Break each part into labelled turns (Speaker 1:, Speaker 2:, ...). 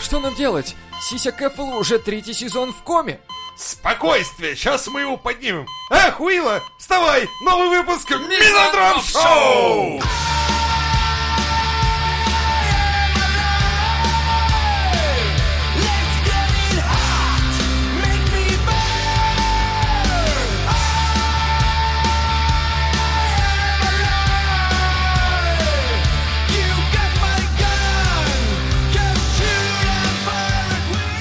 Speaker 1: Что нам делать? Сися Кэффл уже третий сезон в коме.
Speaker 2: Спокойствие, сейчас мы его поднимем. Эх, Уилла, вставай, новый выпуск Мелодрам Шоу!
Speaker 3: Let's get it hot, make me burn. I am alive. You got my gun, just shoot and fire at will.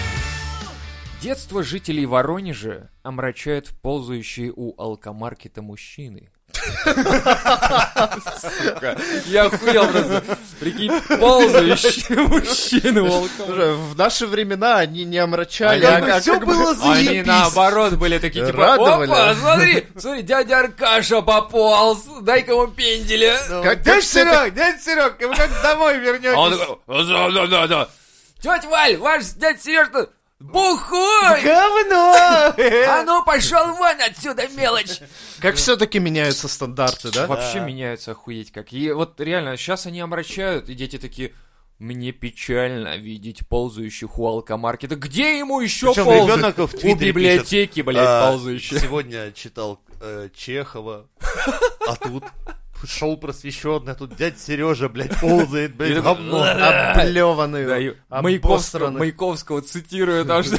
Speaker 1: Детство жителей Воронежа омрачают ползающие у алкомаркета мужчины. Сука, я охуел просто. Прикинь, ползающие мужчины у алкомаркета.
Speaker 4: Слушай, в наши времена они не омрачали,
Speaker 1: Они
Speaker 4: а все было заебись.
Speaker 1: Они наоборот были такие, типа,
Speaker 4: Радовали.
Speaker 1: опа, смотри, смотри, дядя Аркаша пополз, дай-ка ему пенделя.
Speaker 4: Как
Speaker 2: Дядь
Speaker 4: ты всё так-
Speaker 2: Серег, дядь Серег, вы как домой вернетесь?
Speaker 1: А он такой, да, да, да, да. Тетя Валь, ваш дядя Сережа бухой!
Speaker 2: Говно!
Speaker 1: А ну, пошел вон отсюда, мелочь!
Speaker 4: Как все-таки меняются стандарты, да?
Speaker 1: Вообще меняются охуеть как. И вот реально, сейчас они омрачают, и дети такие... Мне печально видеть ползающих у алкомаркета. Где ему еще
Speaker 2: Причем
Speaker 1: ползать?
Speaker 2: ребенок в
Speaker 1: у
Speaker 2: Твиттере
Speaker 1: библиотеки, блядь,
Speaker 2: А,
Speaker 1: ползающие.
Speaker 2: Сегодня читал э, Чехова, а тут шоу просвещенный, а тут дядь Сережа, блядь, ползает,
Speaker 1: Я
Speaker 2: блядь,
Speaker 1: такой, «Ну,
Speaker 2: говно.
Speaker 1: Да, и
Speaker 4: Облеванные,
Speaker 1: Маяковского,
Speaker 4: обосранные.
Speaker 1: Маяковского цитирую, там что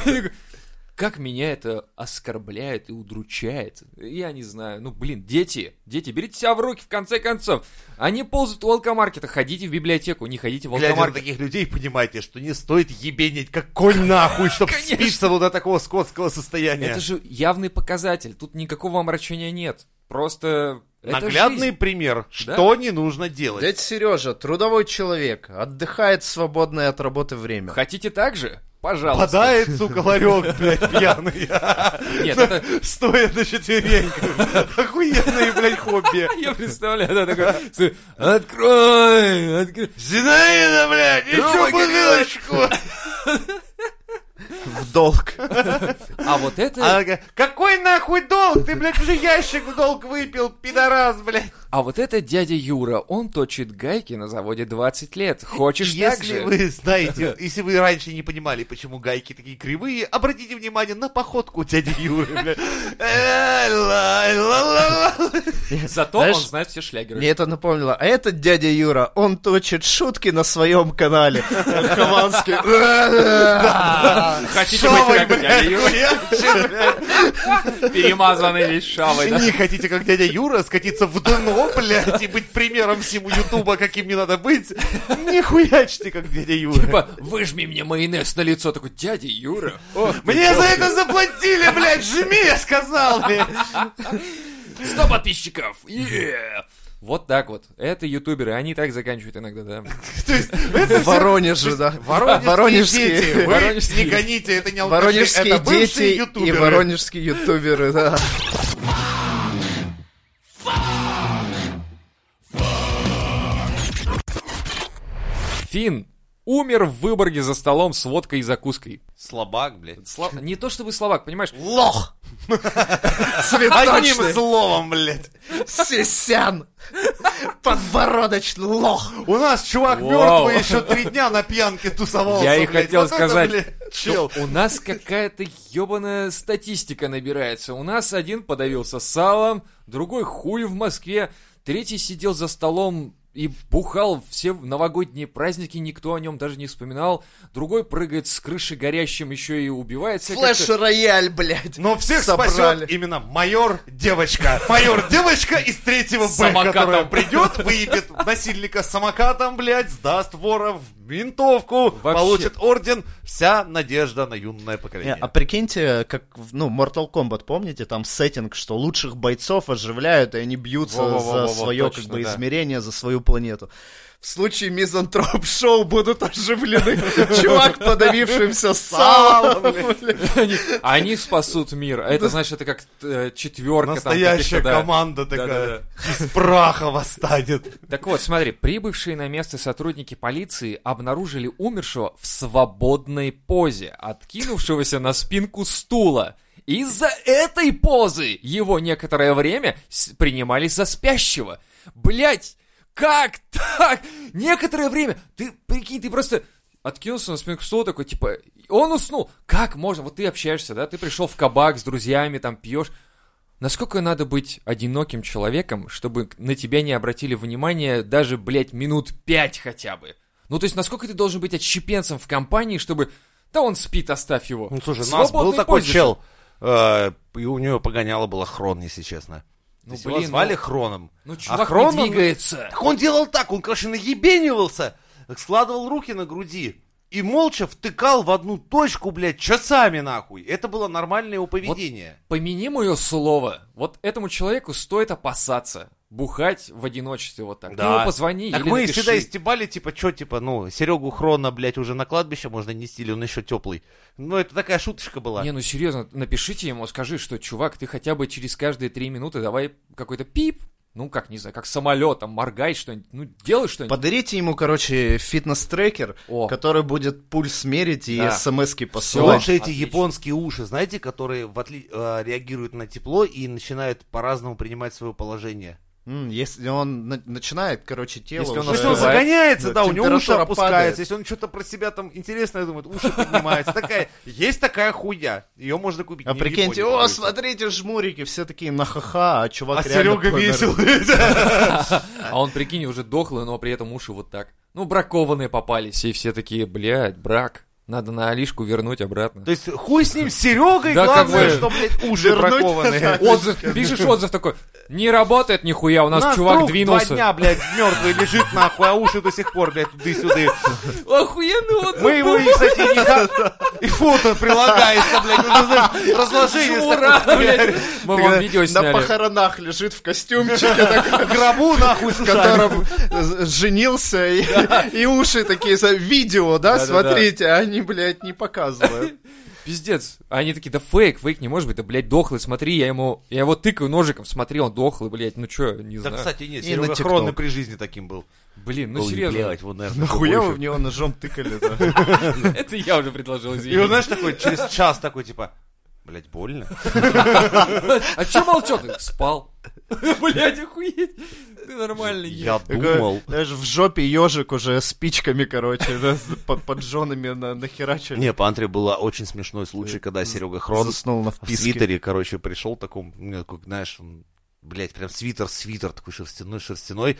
Speaker 1: как меня это оскорбляет и удручает. Я не знаю. Ну, блин, дети, дети, берите себя в руки, в конце концов. Они ползают у алкомаркета. Ходите в библиотеку, не ходите в
Speaker 2: Глядя на
Speaker 1: алкомаркет.
Speaker 2: таких людей, понимаете, что не стоит ебенить как конь нахуй, чтобы
Speaker 1: Конечно.
Speaker 2: спиться вот до такого скотского состояния.
Speaker 1: Это же явный показатель. Тут никакого омрачения нет. Просто... это
Speaker 2: Наглядный
Speaker 1: жизнь.
Speaker 2: пример, что не нужно делать.
Speaker 4: Дядя Сережа, трудовой человек, отдыхает в свободное от работы время.
Speaker 1: Хотите так же? Пожалуйста.
Speaker 2: Падает, сука, ларек, блядь, пьяный.
Speaker 1: Нет, это...
Speaker 2: Стоя на четвереньках. Охуенные, блядь, хобби.
Speaker 1: а Я представляю, да, такой... с- Открой! Открой!
Speaker 2: Зинаида, блядь, еще
Speaker 1: Трубы горят.
Speaker 2: бутылочку.
Speaker 4: В долг.
Speaker 1: А вот это...
Speaker 2: Она такая, какой нахуй долг? Ты, блядь, уже ящик в долг выпил, пидорас, блядь.
Speaker 1: А вот это дядя Юра, он точит гайки на заводе 20 лет. Хочешь так
Speaker 2: Если
Speaker 1: же?
Speaker 2: вы знаете, если вы раньше не понимали, почему гайки такие кривые, обратите внимание на походку дяди Юры, блядь. Э, ла, ла, ла, ла.
Speaker 1: Зато
Speaker 4: Знаешь,
Speaker 1: он знает все шлягеры.
Speaker 4: Мне это напомнило. А этот дядя Юра, он точит шутки на своем канале. Хованский.
Speaker 1: А, Хотите быть
Speaker 2: Шавой,
Speaker 1: как дядя
Speaker 2: блядь,
Speaker 1: Юра?
Speaker 2: хуяк, блядь.
Speaker 1: Перемазанный весь шавой, А да?
Speaker 2: Не хотите, как дядя Юра, скатиться в дно, блядь, и быть примером всему Ютуба, каким не надо быть? Не хуячьте, как дядя Юра.
Speaker 1: Типа, выжми мне майонез на лицо. Такой, дядя Юра.
Speaker 2: Мне за это заплатили, блядь, жми, я сказал, блядь.
Speaker 1: 100 подписчиков. Е! Вот так вот. Это ютуберы, они так заканчивают иногда, да.
Speaker 2: То есть, это
Speaker 4: В Воронеже, да.
Speaker 2: Воронежские дети,
Speaker 4: Воронежские.
Speaker 2: вы
Speaker 1: Воронежские.
Speaker 2: не гоните, это не алкаши,
Speaker 4: Воронежские
Speaker 2: это бывшие
Speaker 4: дети и
Speaker 2: ютуберы.
Speaker 4: воронежские ютуберы, да.
Speaker 1: Финн умер в Выборге за столом с водкой и закуской.
Speaker 2: Слабак, блядь.
Speaker 1: Сла- Не то чтобы словак, понимаешь?
Speaker 2: Лох! Одним
Speaker 4: Цветочный.
Speaker 2: словом, блядь.
Speaker 4: Сесян. Подбородочный лох.
Speaker 2: У нас чувак
Speaker 1: Вау.
Speaker 2: мертвый еще три дня на пьянке тусовался,
Speaker 1: Я и
Speaker 2: блядь.
Speaker 1: хотел
Speaker 2: Вот это,
Speaker 1: сказать,
Speaker 2: блядь, чел.
Speaker 1: Что У нас какая-то ебаная статистика набирается. У нас один подавился салом, другой хуй в Москве, третий сидел за столом и бухал все в новогодние праздники, никто о нем даже не вспоминал. Другой прыгает с крыши горящим, еще и убивается.
Speaker 4: Флэш
Speaker 1: как-то.
Speaker 4: рояль, блядь.
Speaker 2: Но всех
Speaker 4: Собрали.
Speaker 2: спасет именно майор-девочка. Майор-девочка из третьего Б,
Speaker 1: Самокатом.
Speaker 2: которая придет, выебет насильника самокатом, блядь, сдаст вора в винтовку,
Speaker 1: Вообще.
Speaker 2: получит орден. Вся надежда на юное
Speaker 4: Не,
Speaker 2: поколение.
Speaker 4: а прикиньте, как, в- ну, Mortal Kombat, помните, там сеттинг, что лучших бойцов оживляют, и они бьются
Speaker 2: Во-во-во-во-во,
Speaker 4: за свое,
Speaker 2: точно,
Speaker 4: как бы,
Speaker 2: да.
Speaker 4: измерение, за свою планету. В случае мизантроп-шоу будут оживлены чувак, подавившимся салом.
Speaker 1: Они, они спасут мир. А это значит, это как э, четверка. там
Speaker 2: Настоящая
Speaker 1: каких-то, да.
Speaker 2: команда
Speaker 1: Да-да-да.
Speaker 2: такая. Из праха восстанет.
Speaker 1: Так вот, смотри, прибывшие на место сотрудники полиции обнаружили умершего в свободной позе, откинувшегося на спинку стула. Из-за этой позы его некоторое время с- принимали за спящего. Блять, как так? Некоторое время, ты прикинь, ты просто откинулся на спинку стула, такой, типа, и он уснул. Как можно? Вот ты общаешься, да, ты пришел в кабак с друзьями, там пьешь. Насколько надо быть одиноким человеком, чтобы на тебя не обратили внимания даже, блядь, минут пять хотя бы? Ну, то есть, насколько ты должен быть отщепенцем в компании, чтобы... Да он спит, оставь его.
Speaker 2: Ну, слушай, у нас был
Speaker 1: Свободный
Speaker 2: такой
Speaker 1: пользуйся.
Speaker 2: чел, э, и у него погоняло было Хрон, если честно.
Speaker 1: Ну,
Speaker 2: То есть его
Speaker 1: блин,
Speaker 2: звали
Speaker 1: ну-
Speaker 2: Хроном.
Speaker 1: Ну,
Speaker 2: а
Speaker 1: чувак
Speaker 2: Хрон,
Speaker 1: не
Speaker 2: он-
Speaker 1: двигается.
Speaker 2: Так он делал так, он, короче, наебенивался, складывал руки на груди и молча втыкал в одну точку, блядь, часами нахуй. Это было нормальное его поведение.
Speaker 1: Помяни мое слово, вот этому человеку стоит опасаться бухать в одиночестве вот так. Ты ему позвони
Speaker 2: Так
Speaker 1: или
Speaker 2: мы
Speaker 1: напиши.
Speaker 2: всегда истебали, типа, что, типа, ну, Серегу Хрона, блядь, уже на кладбище можно нести, или он еще теплый. Ну, это такая шуточка была.
Speaker 1: Не, ну серьезно, напишите ему, скажи, что, чувак, ты хотя бы через каждые три минуты давай какой-то пип, ну как, не знаю, как самолетом, моргай что-нибудь, ну делай что-нибудь.
Speaker 4: Подарите ему, короче, фитнес-трекер,
Speaker 1: О.
Speaker 4: который будет пульс мерить и
Speaker 2: Да.
Speaker 4: смс-ки
Speaker 1: Всё.
Speaker 4: посылать.
Speaker 2: Лучше эти
Speaker 1: Отлично.
Speaker 2: японские уши, знаете, которые в отли- э, реагируют на тепло и начинают по-разному принимать свое положение.
Speaker 4: М, Если он на- начинает, короче, тело
Speaker 1: Если он
Speaker 4: уже-
Speaker 2: Ну, если он
Speaker 1: Бывает.
Speaker 2: загоняется, да,
Speaker 4: Да,
Speaker 2: у него уши
Speaker 4: температура
Speaker 2: опускаются,
Speaker 4: падает.
Speaker 2: если он что-то про себя там интересное думает, уши поднимаются. Такая, есть такая хуйня, ее можно купить.
Speaker 4: А
Speaker 2: не в
Speaker 4: прикиньте,
Speaker 2: Японии,
Speaker 4: о,
Speaker 2: кажется.
Speaker 4: смотрите, жмурики, все такие на ха-ха, а чувак
Speaker 2: А
Speaker 4: реально
Speaker 2: Серега
Speaker 4: помер.
Speaker 2: весел.
Speaker 1: А он, прикинь, уже дохлый, но при этом уши вот так. Ну, бракованные попались, и все такие, блядь, брак. Надо на Алишку вернуть обратно.
Speaker 2: То есть хуй с ним, с Серегой,
Speaker 1: Да, как
Speaker 2: главное,
Speaker 1: бы-
Speaker 2: что, блядь, уши
Speaker 4: Вернуть
Speaker 2: бракованные.
Speaker 4: назад.
Speaker 1: Отзыв, пишешь отзыв такой, не работает нихуя, у нас, чувак
Speaker 2: друг
Speaker 1: двинулся.
Speaker 2: два дня, блядь, мертвый лежит нахуй, а уши до сих пор, блядь, туды-сюды.
Speaker 1: Охуенный отзыв
Speaker 2: Мы его,
Speaker 1: был.
Speaker 2: и, кстати, не ха- И фото прилагается, блядь, ну, ты знаешь, разложение.
Speaker 1: Ура,
Speaker 2: такое,
Speaker 1: блядь. Мы вам
Speaker 4: Когда
Speaker 1: видео
Speaker 4: На
Speaker 1: сняли.
Speaker 4: похоронах лежит в костюмчике, такой,
Speaker 2: Гробу нахуй с
Speaker 4: в
Speaker 2: которым...
Speaker 4: котором з- женился, и, и уши такие, за- видео, да,
Speaker 1: Да-да-да.
Speaker 4: смотрите, а они, блядь, не показывают.
Speaker 1: Пиздец. А Они такие, да фейк, фейк не может быть, да, блядь, дохлый, смотри, я ему, я его тыкаю ножиком, смотри, он дохлый, блядь, ну чё, не
Speaker 2: Да,
Speaker 1: знаю.
Speaker 2: кстати, нет,
Speaker 4: И на
Speaker 2: Серега
Speaker 4: TikTok.
Speaker 2: Хрон и при жизни таким был.
Speaker 1: Блин, ну
Speaker 2: Ой,
Speaker 1: серьезно,
Speaker 2: блядь, вот, наверное,
Speaker 4: Нахуя
Speaker 2: такой
Speaker 4: вы в
Speaker 2: еще.
Speaker 4: него ножом тыкали
Speaker 1: это я уже предложил,
Speaker 2: И он,
Speaker 1: извини.
Speaker 2: знаешь, такой, через час такой, типа, блядь, больно.
Speaker 1: А чё молчал ты? Спал. Блядь, охуеть. Ты нормальный.
Speaker 2: Я
Speaker 1: ебать.
Speaker 2: думал.
Speaker 4: Знаешь, в жопе ежик уже спичками, короче, да, с- под под женами на- нахерачили.
Speaker 2: Не, по Андре было очень смешной случай, когда Серега Хрон
Speaker 4: Заснул на
Speaker 2: в
Speaker 4: вписке.
Speaker 2: свитере, короче, пришел таком, ну, как, знаешь, он, блядь, прям свитер, свитер такой шерстяной, шерстяной.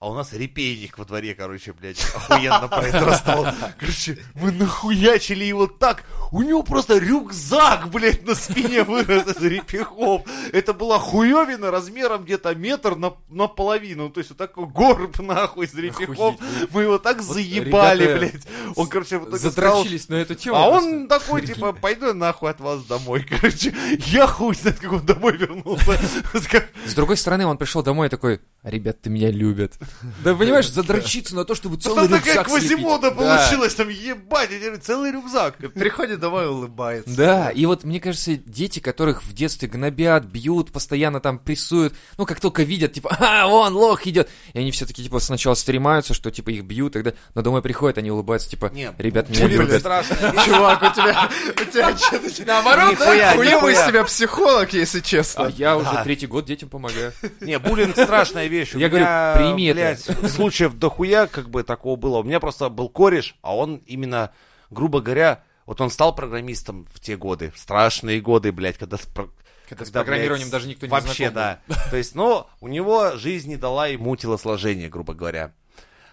Speaker 2: А у нас репейник во дворе, короче, блядь, охуенно произрастал. Короче, мы нахуячили его так. У него просто рюкзак, блядь, на спине вырос из репехов. Это была хуевина размером где-то метр на, наполовину. То есть вот такой горб, нахуй, из репехов.
Speaker 1: Охуеть.
Speaker 2: Мы его так
Speaker 1: Вот
Speaker 2: заебали,
Speaker 1: ребята
Speaker 2: блядь. Он, короче, вот
Speaker 1: Задрочились на эту тему.
Speaker 2: а он
Speaker 1: просто.
Speaker 2: такой, типа, пойду я нахуй от вас домой, короче. Я хуй знает, как он домой вернулся. Вот как-
Speaker 1: С другой стороны, он пришел домой и такой, ребята меня любят. Да понимаешь, задрочиться на то, чтобы целый
Speaker 2: Там такая
Speaker 1: рюкзак слепить.
Speaker 2: Квазимода
Speaker 1: Да.
Speaker 2: получилась, там ебать, я говорю, целый рюкзак.
Speaker 4: Приходит домой и улыбается.
Speaker 1: Да, и вот мне кажется, дети, которых в детстве гнобят, бьют, постоянно там прессуют, ну как только видят, типа, а, вон, лох идет. И они все-таки типа сначала стремаются, что типа их бьют, тогда, но домой приходят, они улыбаются, типа,
Speaker 2: Не, ну,
Speaker 1: ребят, меня
Speaker 4: блин,
Speaker 1: любят.
Speaker 2: страшно.
Speaker 4: Чувак, у тебя, у тебя что-то...
Speaker 1: Наоборот,
Speaker 2: Нихуя,
Speaker 4: Хуёвый
Speaker 2: нихуя.
Speaker 4: из тебя психолог, если
Speaker 1: А
Speaker 4: честно.
Speaker 1: я уже третий год детям помогаю.
Speaker 2: Не, буллинг страшная вещь. У
Speaker 1: Я
Speaker 2: меня,
Speaker 1: говорю, прими это.
Speaker 2: блядь, случаев дохуя, как бы такого было. У меня просто был кореш, а он именно, грубо говоря, вот он стал программистом в те годы, страшные годы, блядь, когда... с про-
Speaker 1: Когда с программированием
Speaker 2: блядь,
Speaker 1: даже никто не
Speaker 2: Вообще,
Speaker 1: знаком
Speaker 2: да. То есть, ну, у него жизнь не дала ему телосложение, грубо говоря.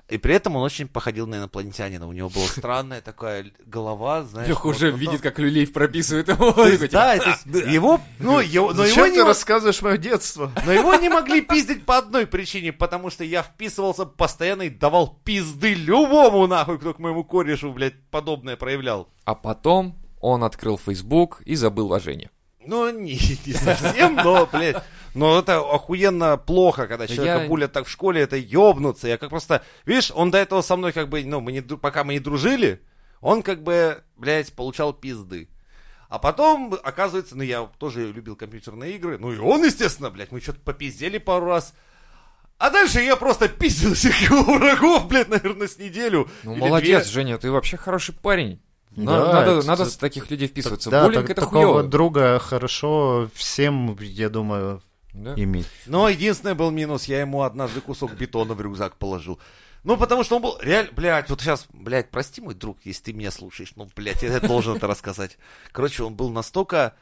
Speaker 2: И при этом он очень походил на инопланетянина. У него была странная такая голова, знаешь.
Speaker 1: Леха
Speaker 2: вот,
Speaker 1: уже
Speaker 2: ну,
Speaker 1: видит, как люлей прописывает его.
Speaker 2: то
Speaker 1: Такой,
Speaker 2: есть,
Speaker 1: типа,
Speaker 2: да, то есть его, ну, его, но его
Speaker 4: Зачем
Speaker 2: не
Speaker 4: ты рассказываешь мое детство?
Speaker 2: но его не могли пиздить по одной причине, потому что я вписывался постоянно и давал пизды любому нахуй, кто к моему корешу, блядь, подобное проявлял.
Speaker 1: А потом он открыл Facebook и забыл о Жене.
Speaker 2: Ну, не, не совсем, но, блядь. Но это охуенно плохо, когда человека
Speaker 1: Я-
Speaker 2: булят так в школе, это ёбнуться. Я как просто... Видишь, он до этого со мной как бы... Ну, мы не, дру- пока мы не дружили, он как бы, блядь, получал пизды. А потом, оказывается, ну, я тоже любил компьютерные игры. Ну, и он, естественно, блядь, мы что-то попиздели пару раз. А дальше я просто пиздил всех его врагов, блядь, наверное, с неделю.
Speaker 1: Ну,
Speaker 2: Или
Speaker 1: молодец,
Speaker 2: две.
Speaker 1: Женя, ты вообще хороший парень. На-
Speaker 4: Да,
Speaker 1: надо
Speaker 4: это-
Speaker 1: надо с таких людей вписываться.
Speaker 4: Да,
Speaker 1: Буллинг
Speaker 4: так-
Speaker 1: это
Speaker 4: такого
Speaker 1: хуёво.
Speaker 4: друга хорошо всем, я думаю,
Speaker 1: Да.
Speaker 4: иметь.
Speaker 2: Но единственный был минус, я ему однажды кусок бетона в рюкзак положил. Ну, потому что он был реально, блядь, вот сейчас, блядь, прости, мой друг, если ты меня слушаешь, ну, блядь, я должен это рассказать. Короче, он был настолько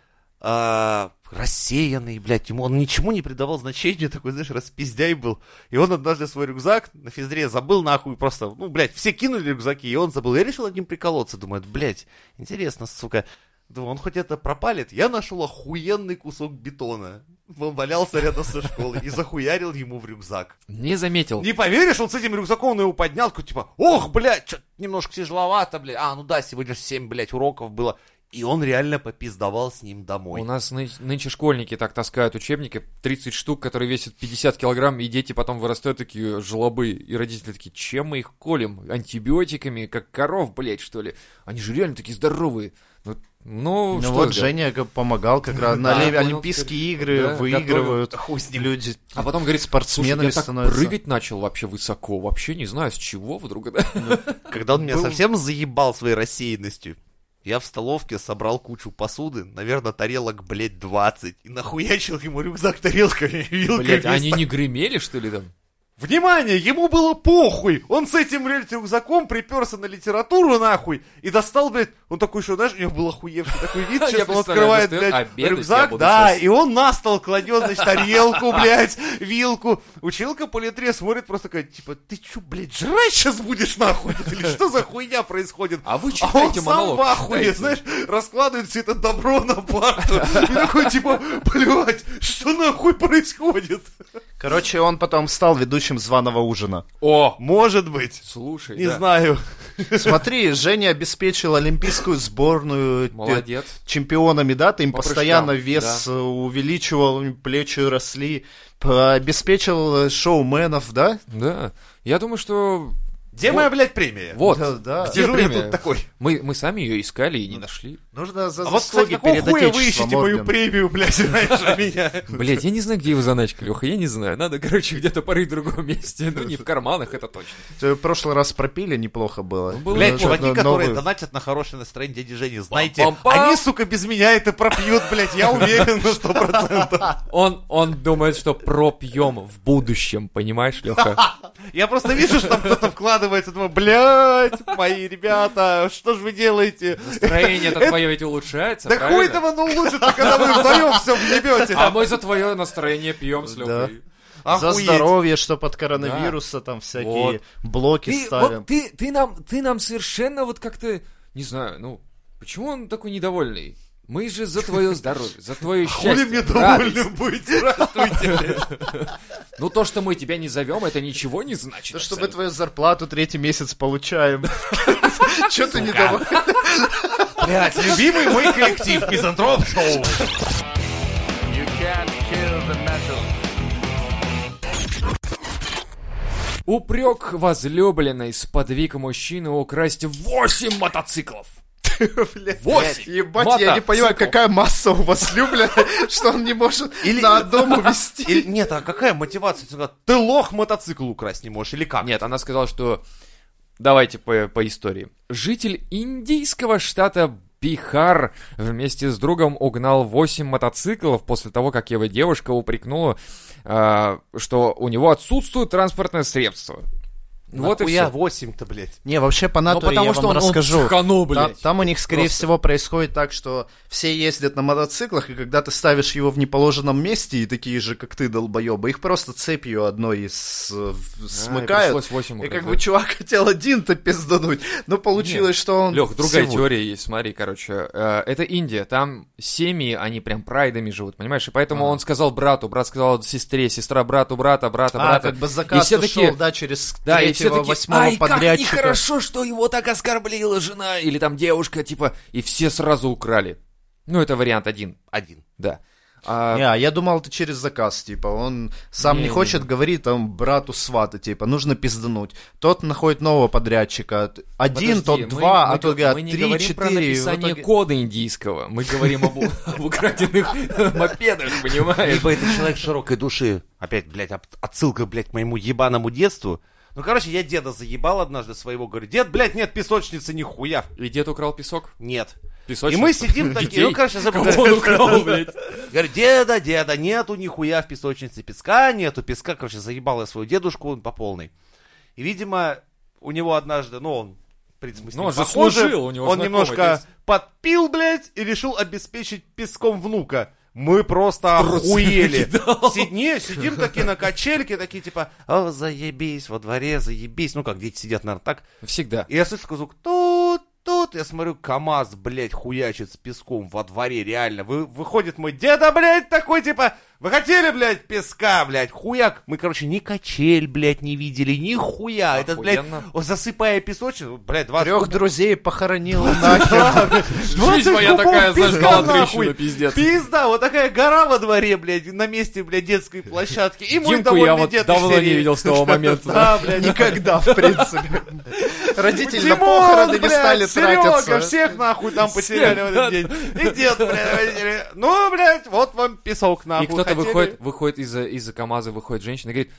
Speaker 2: а, рассеянный, блядь, ему он ничему не придавал значения, такой, знаешь, распиздяй был. И он однажды свой рюкзак на физре забыл нахуй, просто, ну, блядь, все кинули рюкзаки, и он забыл. Я решил одним приколоться, думает, блядь, интересно, сука. Думаю, он хоть это пропалит, я нашел охуенный кусок бетона. Он валялся рядом со школой и захуярил ему в рюкзак.
Speaker 1: Не заметил.
Speaker 2: Не поверишь, он с этим рюкзаком он его поднял, такой, типа, ох, блядь, что-то немножко тяжеловато, блядь. А, ну да, сегодня же 7, блядь, уроков было. И он реально попиздовал с ним домой.
Speaker 1: У нас ны- нынче школьники так таскают учебники, 30 штук, которые весят 50 килограмм, и дети потом вырастают такие жлобы, и родители такие, чем мы их колем? Антибиотиками, как коров, блять, что ли? Они же реально такие здоровые. Ну, ну,
Speaker 4: Ну
Speaker 1: что
Speaker 4: вот
Speaker 1: сделать?
Speaker 4: Женя как помогал как раз на
Speaker 1: Да,
Speaker 4: Оли-
Speaker 1: понял,
Speaker 4: Олимпийские игры
Speaker 1: Да,
Speaker 4: выигрывают
Speaker 2: Хуй с ним.
Speaker 4: люди.
Speaker 1: А потом говорит,
Speaker 4: спортсменами
Speaker 1: «Слушай, я так
Speaker 4: становятся».
Speaker 1: прыгать начал вообще высоко, вообще не знаю, с чего вдруг. это».
Speaker 2: Когда он меня
Speaker 1: был-
Speaker 2: совсем заебал своей рассеянностью, я в столовке собрал кучу посуды, наверное, тарелок, блядь, 20. И нахуячил ему рюкзак тарелками и вилками.
Speaker 1: Блять,
Speaker 2: с
Speaker 1: они не гремели, что ли, там?
Speaker 2: Внимание, ему было похуй. Он с этим блядь, рюкзаком приперся на литературу нахуй и достал, блядь, он такой еще, знаешь, у него был охуевший такой вид,
Speaker 1: Я
Speaker 2: сейчас он
Speaker 1: представляю,
Speaker 2: открывает,
Speaker 1: достает,
Speaker 2: блядь,
Speaker 1: «Обедать я
Speaker 2: рюкзак,
Speaker 1: буду
Speaker 2: да,
Speaker 1: щас».
Speaker 2: и он на стол кладет, значит, тарелку, блядь, вилку. Училка по литре смотрит просто такая, типа, ты чё, блядь, жрать сейчас будешь нахуй? Или что за хуйня происходит?
Speaker 1: А вы
Speaker 2: А он
Speaker 1: читайте
Speaker 2: сам
Speaker 1: монолог.
Speaker 2: в ахуе,
Speaker 1: читайте.
Speaker 2: знаешь, раскладывает все это добро на парту. И такой, типа, блядь, что нахуй происходит?
Speaker 4: Короче, он потом стал ведущим званого ужина.
Speaker 1: О,
Speaker 2: Может быть.
Speaker 1: слушай,
Speaker 2: Не
Speaker 1: да.
Speaker 2: знаю.
Speaker 4: Смотри, Женя обеспечил олимпийскую сборную э,
Speaker 1: Молодец.
Speaker 4: чемпионами, да, ты им
Speaker 1: По
Speaker 4: постоянно
Speaker 1: прыжкам,
Speaker 4: вес э, увеличивал, им плечи росли, п- обеспечил э, шоуменов, да?
Speaker 1: Да. Я думаю, что
Speaker 2: Где
Speaker 1: Вот.
Speaker 2: моя, блядь, премия?
Speaker 1: вот,
Speaker 4: Да, да.
Speaker 1: где
Speaker 2: Сижу я
Speaker 1: премия?
Speaker 2: тут такой.
Speaker 1: Мы, мы сами ее искали и не
Speaker 2: Ну,
Speaker 1: нашли.
Speaker 4: Нужно за
Speaker 2: А вот, кстати,
Speaker 4: заслуги
Speaker 2: какого
Speaker 4: перед
Speaker 2: хуя вы
Speaker 4: отечеством
Speaker 2: ищете мою
Speaker 4: орден.
Speaker 2: премию, блядь, раньше меня?
Speaker 1: Блять, я не знаю, где его заначка, Леха, я не знаю. Надо, короче, где-то порыть в другом месте. Ну, не в карманах, это точно.
Speaker 4: Ты В прошлый раз пропили, неплохо было.
Speaker 1: Ну, было
Speaker 2: Блядь,
Speaker 1: чё,
Speaker 2: чуваки,
Speaker 4: но-
Speaker 2: которые
Speaker 4: новую.
Speaker 2: донатят на хорошее настроение дяди Жени, знаете,
Speaker 1: Пам-пам-пам.
Speaker 2: они, сука, без меня это пропьют, блядь, я уверен на сто процентов.
Speaker 1: Он, он думает, что пропьем в будущем, понимаешь, Леха?
Speaker 2: Я просто вижу, что там кто-то вкладывается, думаю, блядь, мои ребята, что же вы делаете?
Speaker 1: Настроение-то твое ведь улучшается,
Speaker 2: Да хуй
Speaker 1: правильно?
Speaker 2: там оно улучшится, когда вы вдвоем все въебете.
Speaker 1: А мы за твое настроение пьем с Лехой.
Speaker 4: За
Speaker 2: Охуеть.
Speaker 4: здоровье, чтоб от коронавируса там всякие
Speaker 1: Вот.
Speaker 4: блоки
Speaker 1: Ты,
Speaker 4: ставим.
Speaker 1: вот ты, ты, нам, ты нам совершенно вот как-то, не знаю, ну, почему он такой недовольный? Мы же за твое здоровье, за твое счастье.
Speaker 2: Хули мне
Speaker 1: радость.
Speaker 2: довольны быть, здравствуйте, блядь.
Speaker 1: Ну, то, что мы тебя не зовем, это ничего не значит.
Speaker 4: Да чтобы
Speaker 1: абсолютно.
Speaker 4: твою зарплату третий месяц получаем. Че ты не давай?
Speaker 2: Блять, любимый мой коллектив Мизантроп Шоу.
Speaker 1: Упрек возлюбленной сподвиг мужчину украсть 8 мотоциклов. Восемь!
Speaker 4: Ебать, я не понимаю,
Speaker 1: мотоциклов.
Speaker 4: какая масса у вас любля, что он не может на одном увести.
Speaker 2: Или, нет, а какая мотивация? Ты говоришь, Ты лох мотоцикл украсть не можешь, или как?
Speaker 1: Нет, она сказала, что... Давайте по, по истории. Житель индийского штата Бихар вместе с другом угнал 8 мотоциклов после того, как его девушка упрекнула, а, что у него отсутствует транспортное средство. Вот и
Speaker 2: Нахуя
Speaker 1: все.
Speaker 2: 8-то, блядь.
Speaker 4: Не, вообще по
Speaker 1: Ну,
Speaker 4: натуре
Speaker 1: потому
Speaker 4: я
Speaker 1: что
Speaker 4: вам
Speaker 1: он, он
Speaker 4: расскажу.
Speaker 1: психанул,
Speaker 4: Та-
Speaker 1: блядь.
Speaker 4: Там у них, скорее
Speaker 1: Просто.
Speaker 4: всего, происходит так, что все ездят на мотоциклах, и когда ты ставишь его в неположенном месте, и такие же, как ты, долбоебы, их просто цепью одной из э, в- смыкают.
Speaker 1: А, пришлось восемь
Speaker 4: и как
Speaker 1: украсть,
Speaker 4: бы
Speaker 1: да.
Speaker 4: чувак хотел один-то пиздануть, но получилось,
Speaker 1: Нет.
Speaker 4: что он...
Speaker 1: Лех, другая
Speaker 4: всего-
Speaker 1: теория есть, смотри, короче. Э, Это Индия, там семьи, они прям прайдами живут, понимаешь? И поэтому он сказал брату, брат сказал сестре, сестра брату, брата, брата,
Speaker 4: А,
Speaker 1: брата.
Speaker 4: как бы заказ
Speaker 1: и все
Speaker 4: ушел,
Speaker 1: такие,
Speaker 4: да, через
Speaker 1: да, и все
Speaker 4: третьего,
Speaker 1: такие,
Speaker 4: восьмого
Speaker 1: ай, как
Speaker 4: подрядчика.
Speaker 1: нехорошо, что его так оскорблила жена или там девушка, типа, и все сразу украли. Ну, это вариант один,
Speaker 2: Один.
Speaker 1: да. А,
Speaker 4: Не, а я думал, это через заказ, типа, он сам не,
Speaker 1: Не-не-не.
Speaker 4: хочет, говорит там брату свата, типа, нужно пиздануть. Тот находит нового подрядчика, т- один,
Speaker 1: подожди,
Speaker 4: тот
Speaker 1: мы-
Speaker 4: два,
Speaker 1: мы
Speaker 4: а
Speaker 1: г-
Speaker 4: тот говорят,
Speaker 1: Мы не
Speaker 4: три,
Speaker 1: говорим про
Speaker 4: четыре. и в
Speaker 1: написание
Speaker 4: итоге-
Speaker 1: кода индийского, мы говорим об у- об украденных мопедах, понимаешь?
Speaker 2: Либо это человек широкой души. Опять, блядь, об- отсылка, блядь, к моему ебаному детству. Ну, короче, я деда заебал однажды своего. Говорю, дед, блядь, нет песочницы, нихуя.
Speaker 1: И дед украл песок?
Speaker 2: Нет.
Speaker 1: Песочек?
Speaker 2: И мы сидим такие,
Speaker 1: Детей?
Speaker 2: ну, короче, забыл.
Speaker 1: Кого он украл, блядь?
Speaker 2: Говорю, деда, деда, нету нихуя в песочнице песка, нету песка. Короче, заебал я свою дедушку, он по полной. И, видимо, у него однажды, ну, он, в принципе, с
Speaker 1: Ну,
Speaker 2: ним
Speaker 1: он же
Speaker 2: похожи,
Speaker 1: служил, у него
Speaker 2: Он
Speaker 1: знакомый
Speaker 2: немножко
Speaker 1: отец.
Speaker 2: подпил, блядь, и решил обеспечить песком внука. Мы просто
Speaker 1: трусы
Speaker 2: охуели.
Speaker 1: накидал.
Speaker 2: Сидни, сидим такие на качельке, такие типа, о, заебись, во дворе заебись. Ну, как дети сидят, наверное, так.
Speaker 1: Всегда.
Speaker 2: И я слышу такой звук, тут, тут, я смотрю, КамАЗ, блядь, хуячит с песком во дворе, реально. Вы, выходит мой деда, блядь, такой, типа, вы хотели, блядь, песка, блядь, хуяк. Мы, короче, ни качель, блядь, не видели, ни хуя. Этот, блядь,
Speaker 1: Охуенно.
Speaker 2: о, засыпая песочницу, блядь, 20
Speaker 4: Трех друзей похоронил нахер.
Speaker 1: Жизнь моя
Speaker 2: кубов
Speaker 1: такая, знаешь,
Speaker 2: песка,
Speaker 1: голотрещина,
Speaker 2: нахуй.
Speaker 1: пиздец.
Speaker 2: Пизда, вот такая гора во дворе, блядь, на месте, блядь, детской площадки. И мой
Speaker 1: Димку я
Speaker 2: довольный
Speaker 1: вот
Speaker 2: дед из
Speaker 1: давно не
Speaker 2: серии.
Speaker 1: видел с того момента.
Speaker 2: Да, блядь,
Speaker 4: Никогда, в принципе. Родители на
Speaker 2: Димон,
Speaker 4: похороны не
Speaker 2: блядь,
Speaker 4: стали
Speaker 2: Серега,
Speaker 4: тратиться.
Speaker 2: всех нахуй там потеряли в этот день. И дед, блядь, родители, ну, блядь, вот вам песок нахуй.
Speaker 1: И кто-то
Speaker 2: хотели?»
Speaker 1: выходит, выходит из-за из КамАЗа, выходит женщина и говорит,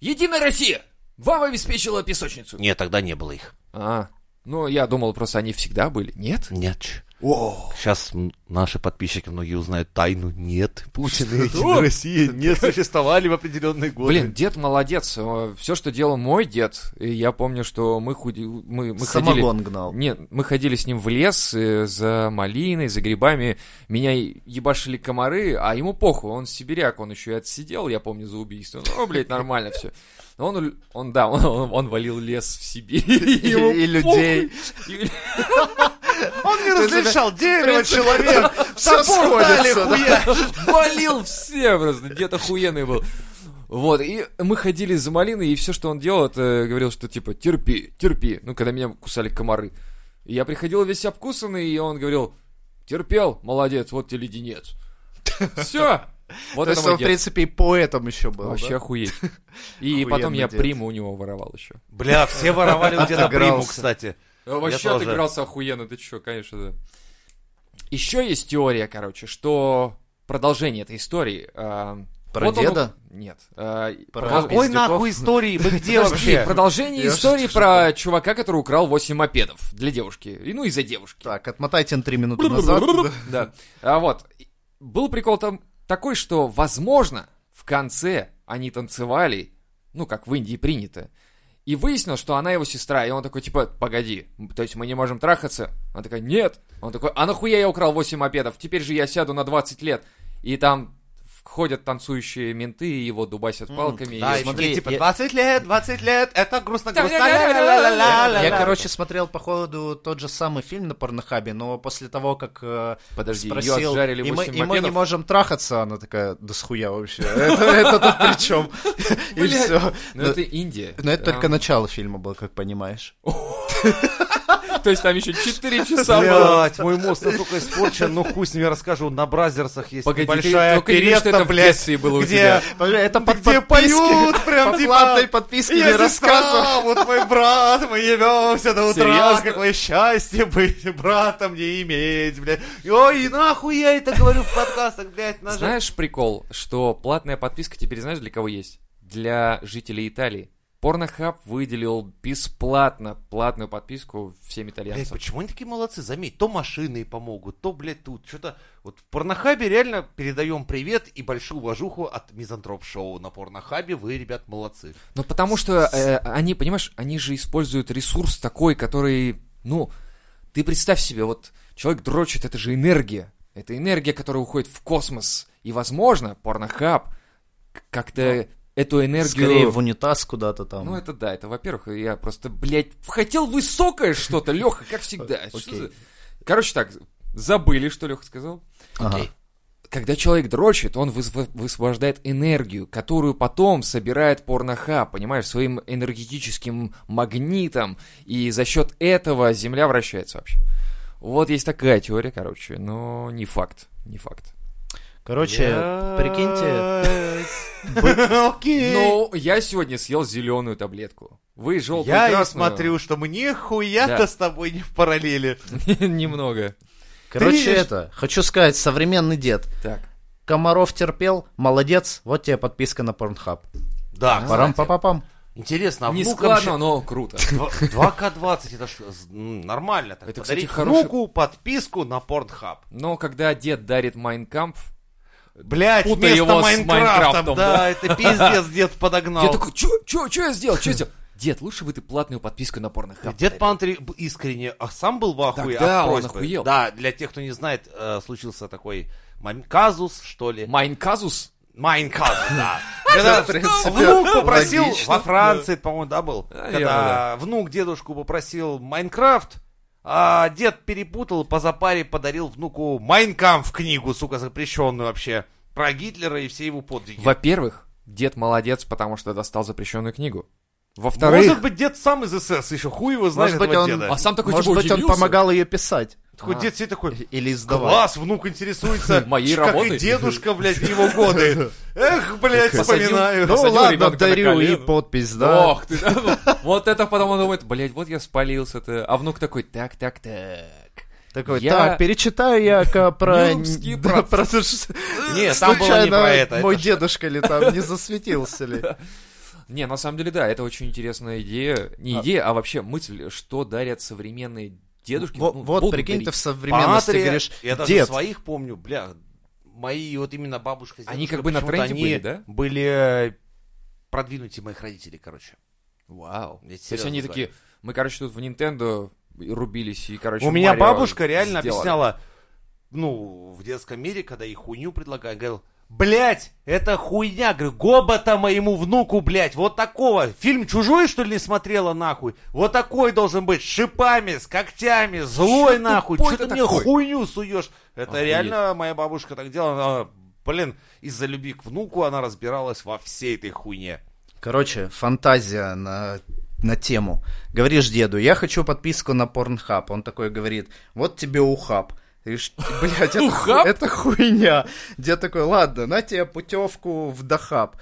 Speaker 1: «Единая Россия! Вам обеспечила песочницу!»
Speaker 2: Нет, тогда не было их.
Speaker 1: А, ну, я думал, просто они всегда были. Нет?
Speaker 2: Нет. чё. Сейчас м, наши подписчики многие узнают тайну. Нет, Путина
Speaker 1: Что?
Speaker 2: и России не существовали в определенные годы.
Speaker 1: Блин, дед молодец. Все, что делал мой дед, и я помню, что мы, худи... мы, мы ходили...
Speaker 4: Самогон гнал.
Speaker 1: Нет, мы ходили с ним в лес э, за малиной, за грибами. Меня е- ебашили комары, а ему похуй, он сибиряк, он еще и отсидел, я помню, за убийство. Ну, блядь, нормально все. Он, л- он да, он, он- он валил лес в Сибири.
Speaker 4: И,
Speaker 1: ему
Speaker 4: и людей.
Speaker 1: похуй. И-
Speaker 2: Он не
Speaker 4: Ты
Speaker 2: разрешал дерево, человек.
Speaker 4: Всё
Speaker 2: Топор дали,
Speaker 4: сходится, да.
Speaker 2: хуя.
Speaker 1: Валил все просто, дед охуенный был. Вот, и мы ходили за малиной, и все, что он делал, это говорил, что типа терпи, терпи. Ну, когда меня кусали комары. И я приходил весь обкусанный, и он говорил, терпел, молодец, вот тебе леденец. Все. Вот это
Speaker 4: То есть он,
Speaker 1: мой
Speaker 4: в
Speaker 1: дед.
Speaker 4: принципе, и поэтом еще был.
Speaker 1: Вообще
Speaker 4: да?
Speaker 1: охуеть. И потом
Speaker 4: Охуенный
Speaker 1: я
Speaker 4: дед.
Speaker 1: приму у него воровал еще.
Speaker 2: Бля, все воровали у деда
Speaker 4: Отыгрался.
Speaker 2: приму, кстати.
Speaker 1: Вообще
Speaker 2: тоже.
Speaker 1: отыгрался охуенно, ты чё, конечно, да. Еще есть теория, короче, что продолжение этой истории... а,
Speaker 4: Про
Speaker 1: вот он-
Speaker 4: деда?
Speaker 1: Нет. а,
Speaker 4: Про
Speaker 1: продолж-
Speaker 4: Какой
Speaker 2: Какой
Speaker 4: Пиздюков.
Speaker 2: нахуй
Speaker 4: нахуй
Speaker 2: истории? Вы где
Speaker 1: Подожди,
Speaker 2: вообще?
Speaker 1: продолжение
Speaker 4: Я
Speaker 1: истории
Speaker 4: что-то
Speaker 1: про чувака, который украл 8 мопедов для девушки. И, Ну, из-за девушки.
Speaker 4: Так, отмотайте на три минуты назад. да.
Speaker 1: Да. А вот. И Был прикол там такой, что, возможно, в конце они танцевали, ну, как в Индии принято, и выяснилось, что она его сестра, и он такой, типа, погоди, то есть мы не можем трахаться? Она такая, нет. Он такой, а нахуя я украл 8 мопедов? Теперь же я сяду на 20 лет. И там ходят танцующие менты, и его дубасят палками. и
Speaker 2: Да,
Speaker 1: ещё-
Speaker 2: и смотри,
Speaker 4: смотри,
Speaker 2: типа,
Speaker 4: я-
Speaker 2: 20 лет, 20 лет, это грустно-грустно,
Speaker 4: Я,
Speaker 2: ля-ля-ля-ля-ля-ля.
Speaker 4: короче, смотрел, походу, тот же самый фильм на Порнохабе, но после того, как э,
Speaker 1: Подожди, ее
Speaker 4: спросил,
Speaker 1: отжарили
Speaker 4: и, мы,
Speaker 1: 8
Speaker 4: и мы не
Speaker 1: мопедов.
Speaker 4: можем трахаться, она такая, да схуя вообще, это, это тут при чем? И
Speaker 1: Блядь.
Speaker 4: все.
Speaker 1: Ну, это Индия.
Speaker 4: Но это только
Speaker 1: Эм,
Speaker 4: начало фильма было, как понимаешь.
Speaker 1: То есть там еще 4 часа было.
Speaker 2: Блять, мой мозг настолько испорчен, ну хуй с ними расскажу, на бразерсах есть
Speaker 1: Погоди, ты
Speaker 2: большая
Speaker 1: только не говори, что это
Speaker 2: оперетта,
Speaker 1: в
Speaker 2: блядь,
Speaker 1: детстве было у
Speaker 2: где-
Speaker 1: тебя.
Speaker 4: Это под
Speaker 2: где поют, прям
Speaker 4: по
Speaker 2: типа,
Speaker 4: платной подписке не
Speaker 2: Я
Speaker 4: рассказываю.
Speaker 2: рассказывал, вот мой брат, мы ебемся до утра,
Speaker 1: Серьезно?
Speaker 2: какое счастье быть братом не иметь, блядь. Ой, и нахуй я это говорю в подкастах, блядь, на же-
Speaker 1: Знаешь прикол, что платная подписка теперь знаешь для кого есть? Для жителей Италии. Порнохаб выделил бесплатно платную подписку всем
Speaker 2: Блядь,
Speaker 1: итальянцам.
Speaker 2: почему они такие молодцы? Заметь, то машины помогут, то, блядь, тут что-то... Вот в Порнохабе реально передаем привет и большую уважуху от Мизантроп-шоу. На Порнохабе вы, ребят, молодцы.
Speaker 1: Ну потому что э, они, понимаешь, они же используют ресурс такой, который, ну, ты представь себе, вот человек дрочит, это же энергия. Это энергия, которая уходит в космос. И, возможно, порнохаб к- как-то эту энергию...
Speaker 4: Скорее в унитаз куда-то там.
Speaker 1: Ну, это да, это, во-первых, я просто, блядь, хотел высокое что-то, Леха, как всегда. Что
Speaker 4: Окей.
Speaker 1: за- Короче, так, забыли, что Леха сказал.
Speaker 4: Ага.
Speaker 2: окей.
Speaker 1: Когда человек дрочит, он высво- высвобождает энергию, которую потом собирает порноха, понимаешь, своим энергетическим магнитом, и за счет этого Земля вращается вообще. Вот есть такая теория, короче, но не факт, не факт.
Speaker 4: Короче, прикиньте,
Speaker 2: Окей.
Speaker 1: Но я сегодня съел зеленую таблетку. Вы желтую
Speaker 2: Я и
Speaker 1: красную.
Speaker 2: смотрю, что мы
Speaker 1: Да.
Speaker 2: нихуя-то с тобой не в параллели.
Speaker 1: Немного.
Speaker 4: короче
Speaker 2: видишь?
Speaker 4: это, хочу сказать, современный дед.
Speaker 1: Так.
Speaker 4: Комаров терпел, молодец, вот тебе подписка на Порнхаб.
Speaker 2: Да,
Speaker 1: А.
Speaker 4: Парам па пам
Speaker 2: Интересно, а
Speaker 1: Не
Speaker 2: внукам
Speaker 1: складно,
Speaker 2: щ-
Speaker 1: но круто.
Speaker 2: Два- 2К20, это ж с- м, нормально. Так,
Speaker 1: Это, кстати,
Speaker 2: подарить
Speaker 1: хороший-
Speaker 2: внуку подписку на Порнхаб.
Speaker 1: Но когда дед дарит Майнкамп,
Speaker 2: Блять,
Speaker 1: Путай
Speaker 2: вместо
Speaker 1: его с
Speaker 2: Майнкрафтом,
Speaker 1: Майнкрафтом, а,
Speaker 2: да, это пиздец дед подогнал.
Speaker 1: я такой, чё, чё, чё я сделал, чё я сделал? Дед, лучше бы ты платную подписку на Порнохаб.
Speaker 2: Дед Пантри б- искренне а сам был в ахуе
Speaker 1: Тогда
Speaker 2: от
Speaker 1: он
Speaker 2: просьбы.
Speaker 1: охуел.
Speaker 2: Да, для тех, кто не знает, э, случился такой мом- казус, что ли.
Speaker 1: Майн казус?
Speaker 2: Майн казус, да.
Speaker 4: Это,
Speaker 2: Когда
Speaker 4: в принципе,
Speaker 2: внук попросил,
Speaker 4: логично.
Speaker 2: во Франции, это, по-моему, да, был,
Speaker 1: Наверное,
Speaker 2: когда внук дедушку попросил Майнкрафт, а дед перепутал, по запаре подарил внуку Майнкам в книгу, сука, запрещенную вообще, про Гитлера и все его подвиги.
Speaker 1: Во-первых, дед молодец, потому что достал запрещенную книгу. Во-вторых,
Speaker 2: Может быть, дед сам из СС, еще хуй его знает
Speaker 4: Может быть,
Speaker 2: этого
Speaker 4: он-
Speaker 2: деда.
Speaker 1: а сам такой
Speaker 4: Может
Speaker 1: типа
Speaker 4: быть, он
Speaker 1: удивился.
Speaker 4: помогал ее писать
Speaker 2: Такой
Speaker 1: А.
Speaker 2: дед себе такой,
Speaker 4: или издавать.
Speaker 2: Класс, внук интересуется,
Speaker 1: Моей
Speaker 2: как
Speaker 1: работой?
Speaker 2: и дедушка, блядь, в его годы. Эх, блядь,
Speaker 1: Посадил-
Speaker 2: вспоминаю.
Speaker 1: Ну,
Speaker 4: Ну
Speaker 1: Посадил
Speaker 4: ладно,
Speaker 1: ребенка на
Speaker 4: дарю и
Speaker 1: колено.
Speaker 4: подпись, да.
Speaker 1: Ох ты, ну, вот это потом он думает, блядь, вот я спалился-то. А внук такой, так, так, так.
Speaker 4: Такой,
Speaker 1: Я-
Speaker 4: так, перечитаю я ка про...
Speaker 1: Нюрнбергские
Speaker 4: да,
Speaker 1: процессы.
Speaker 4: про то, что-
Speaker 2: Нет, там было не
Speaker 4: случайно
Speaker 2: про это.
Speaker 4: мой
Speaker 2: это ж-
Speaker 4: дедушка ли там не засветился ли?
Speaker 1: Не, на самом деле, да, это очень интересная идея. Не
Speaker 4: А-
Speaker 1: идея, а вообще мысль, что дарят современные дедушки.
Speaker 4: Во-
Speaker 1: ну,
Speaker 4: Вот,
Speaker 1: будут
Speaker 4: прикинь, ты в
Speaker 1: дарить.
Speaker 4: современности
Speaker 2: Патрия,
Speaker 4: говоришь,
Speaker 2: Я даже
Speaker 4: дед,
Speaker 2: своих помню, бля, мои вот именно бабушка. с
Speaker 1: Они
Speaker 2: дедушкой,
Speaker 1: как бы на
Speaker 2: почему-то
Speaker 1: тренде
Speaker 2: они
Speaker 1: были, да?
Speaker 2: Были э, продвинутые моих родителей, короче.
Speaker 1: Вау.
Speaker 2: Я тебе
Speaker 1: То есть
Speaker 2: серьезно
Speaker 1: они
Speaker 2: говорю.
Speaker 1: такие, мы, короче, тут в Nintendo и рубились, и, короче,
Speaker 2: У меня
Speaker 1: Марио
Speaker 2: бабушка реально
Speaker 1: сделали.
Speaker 2: объясняла, ну, в детском мире, когда ей хуйню предлагают, говорил, блядь, это хуйня, говорю, гобота моему внуку, блядь, вот такого, фильм «Чужой», что ли, не смотрела, нахуй, вот такой должен быть, с шипами, с когтями, злой,
Speaker 1: Чё
Speaker 2: нахуй,
Speaker 1: тупой
Speaker 2: что ты
Speaker 1: ты
Speaker 2: мне
Speaker 1: такой?»
Speaker 2: хуйню суешь? Это
Speaker 1: Охуеть.
Speaker 2: реально моя бабушка так делала, она, блин, из-за любви к внуку она разбиралась во всей этой хуйне.
Speaker 4: Короче, фантазия на, на тему. Говоришь деду, я хочу подписку на Порнхаб. Он такой говорит, вот тебе ухаб. Ты говоришь, блядь, это, ху-
Speaker 1: Ухаб?
Speaker 4: это хуйня. Дед такой, ладно, на тебе путевку в Дахаб.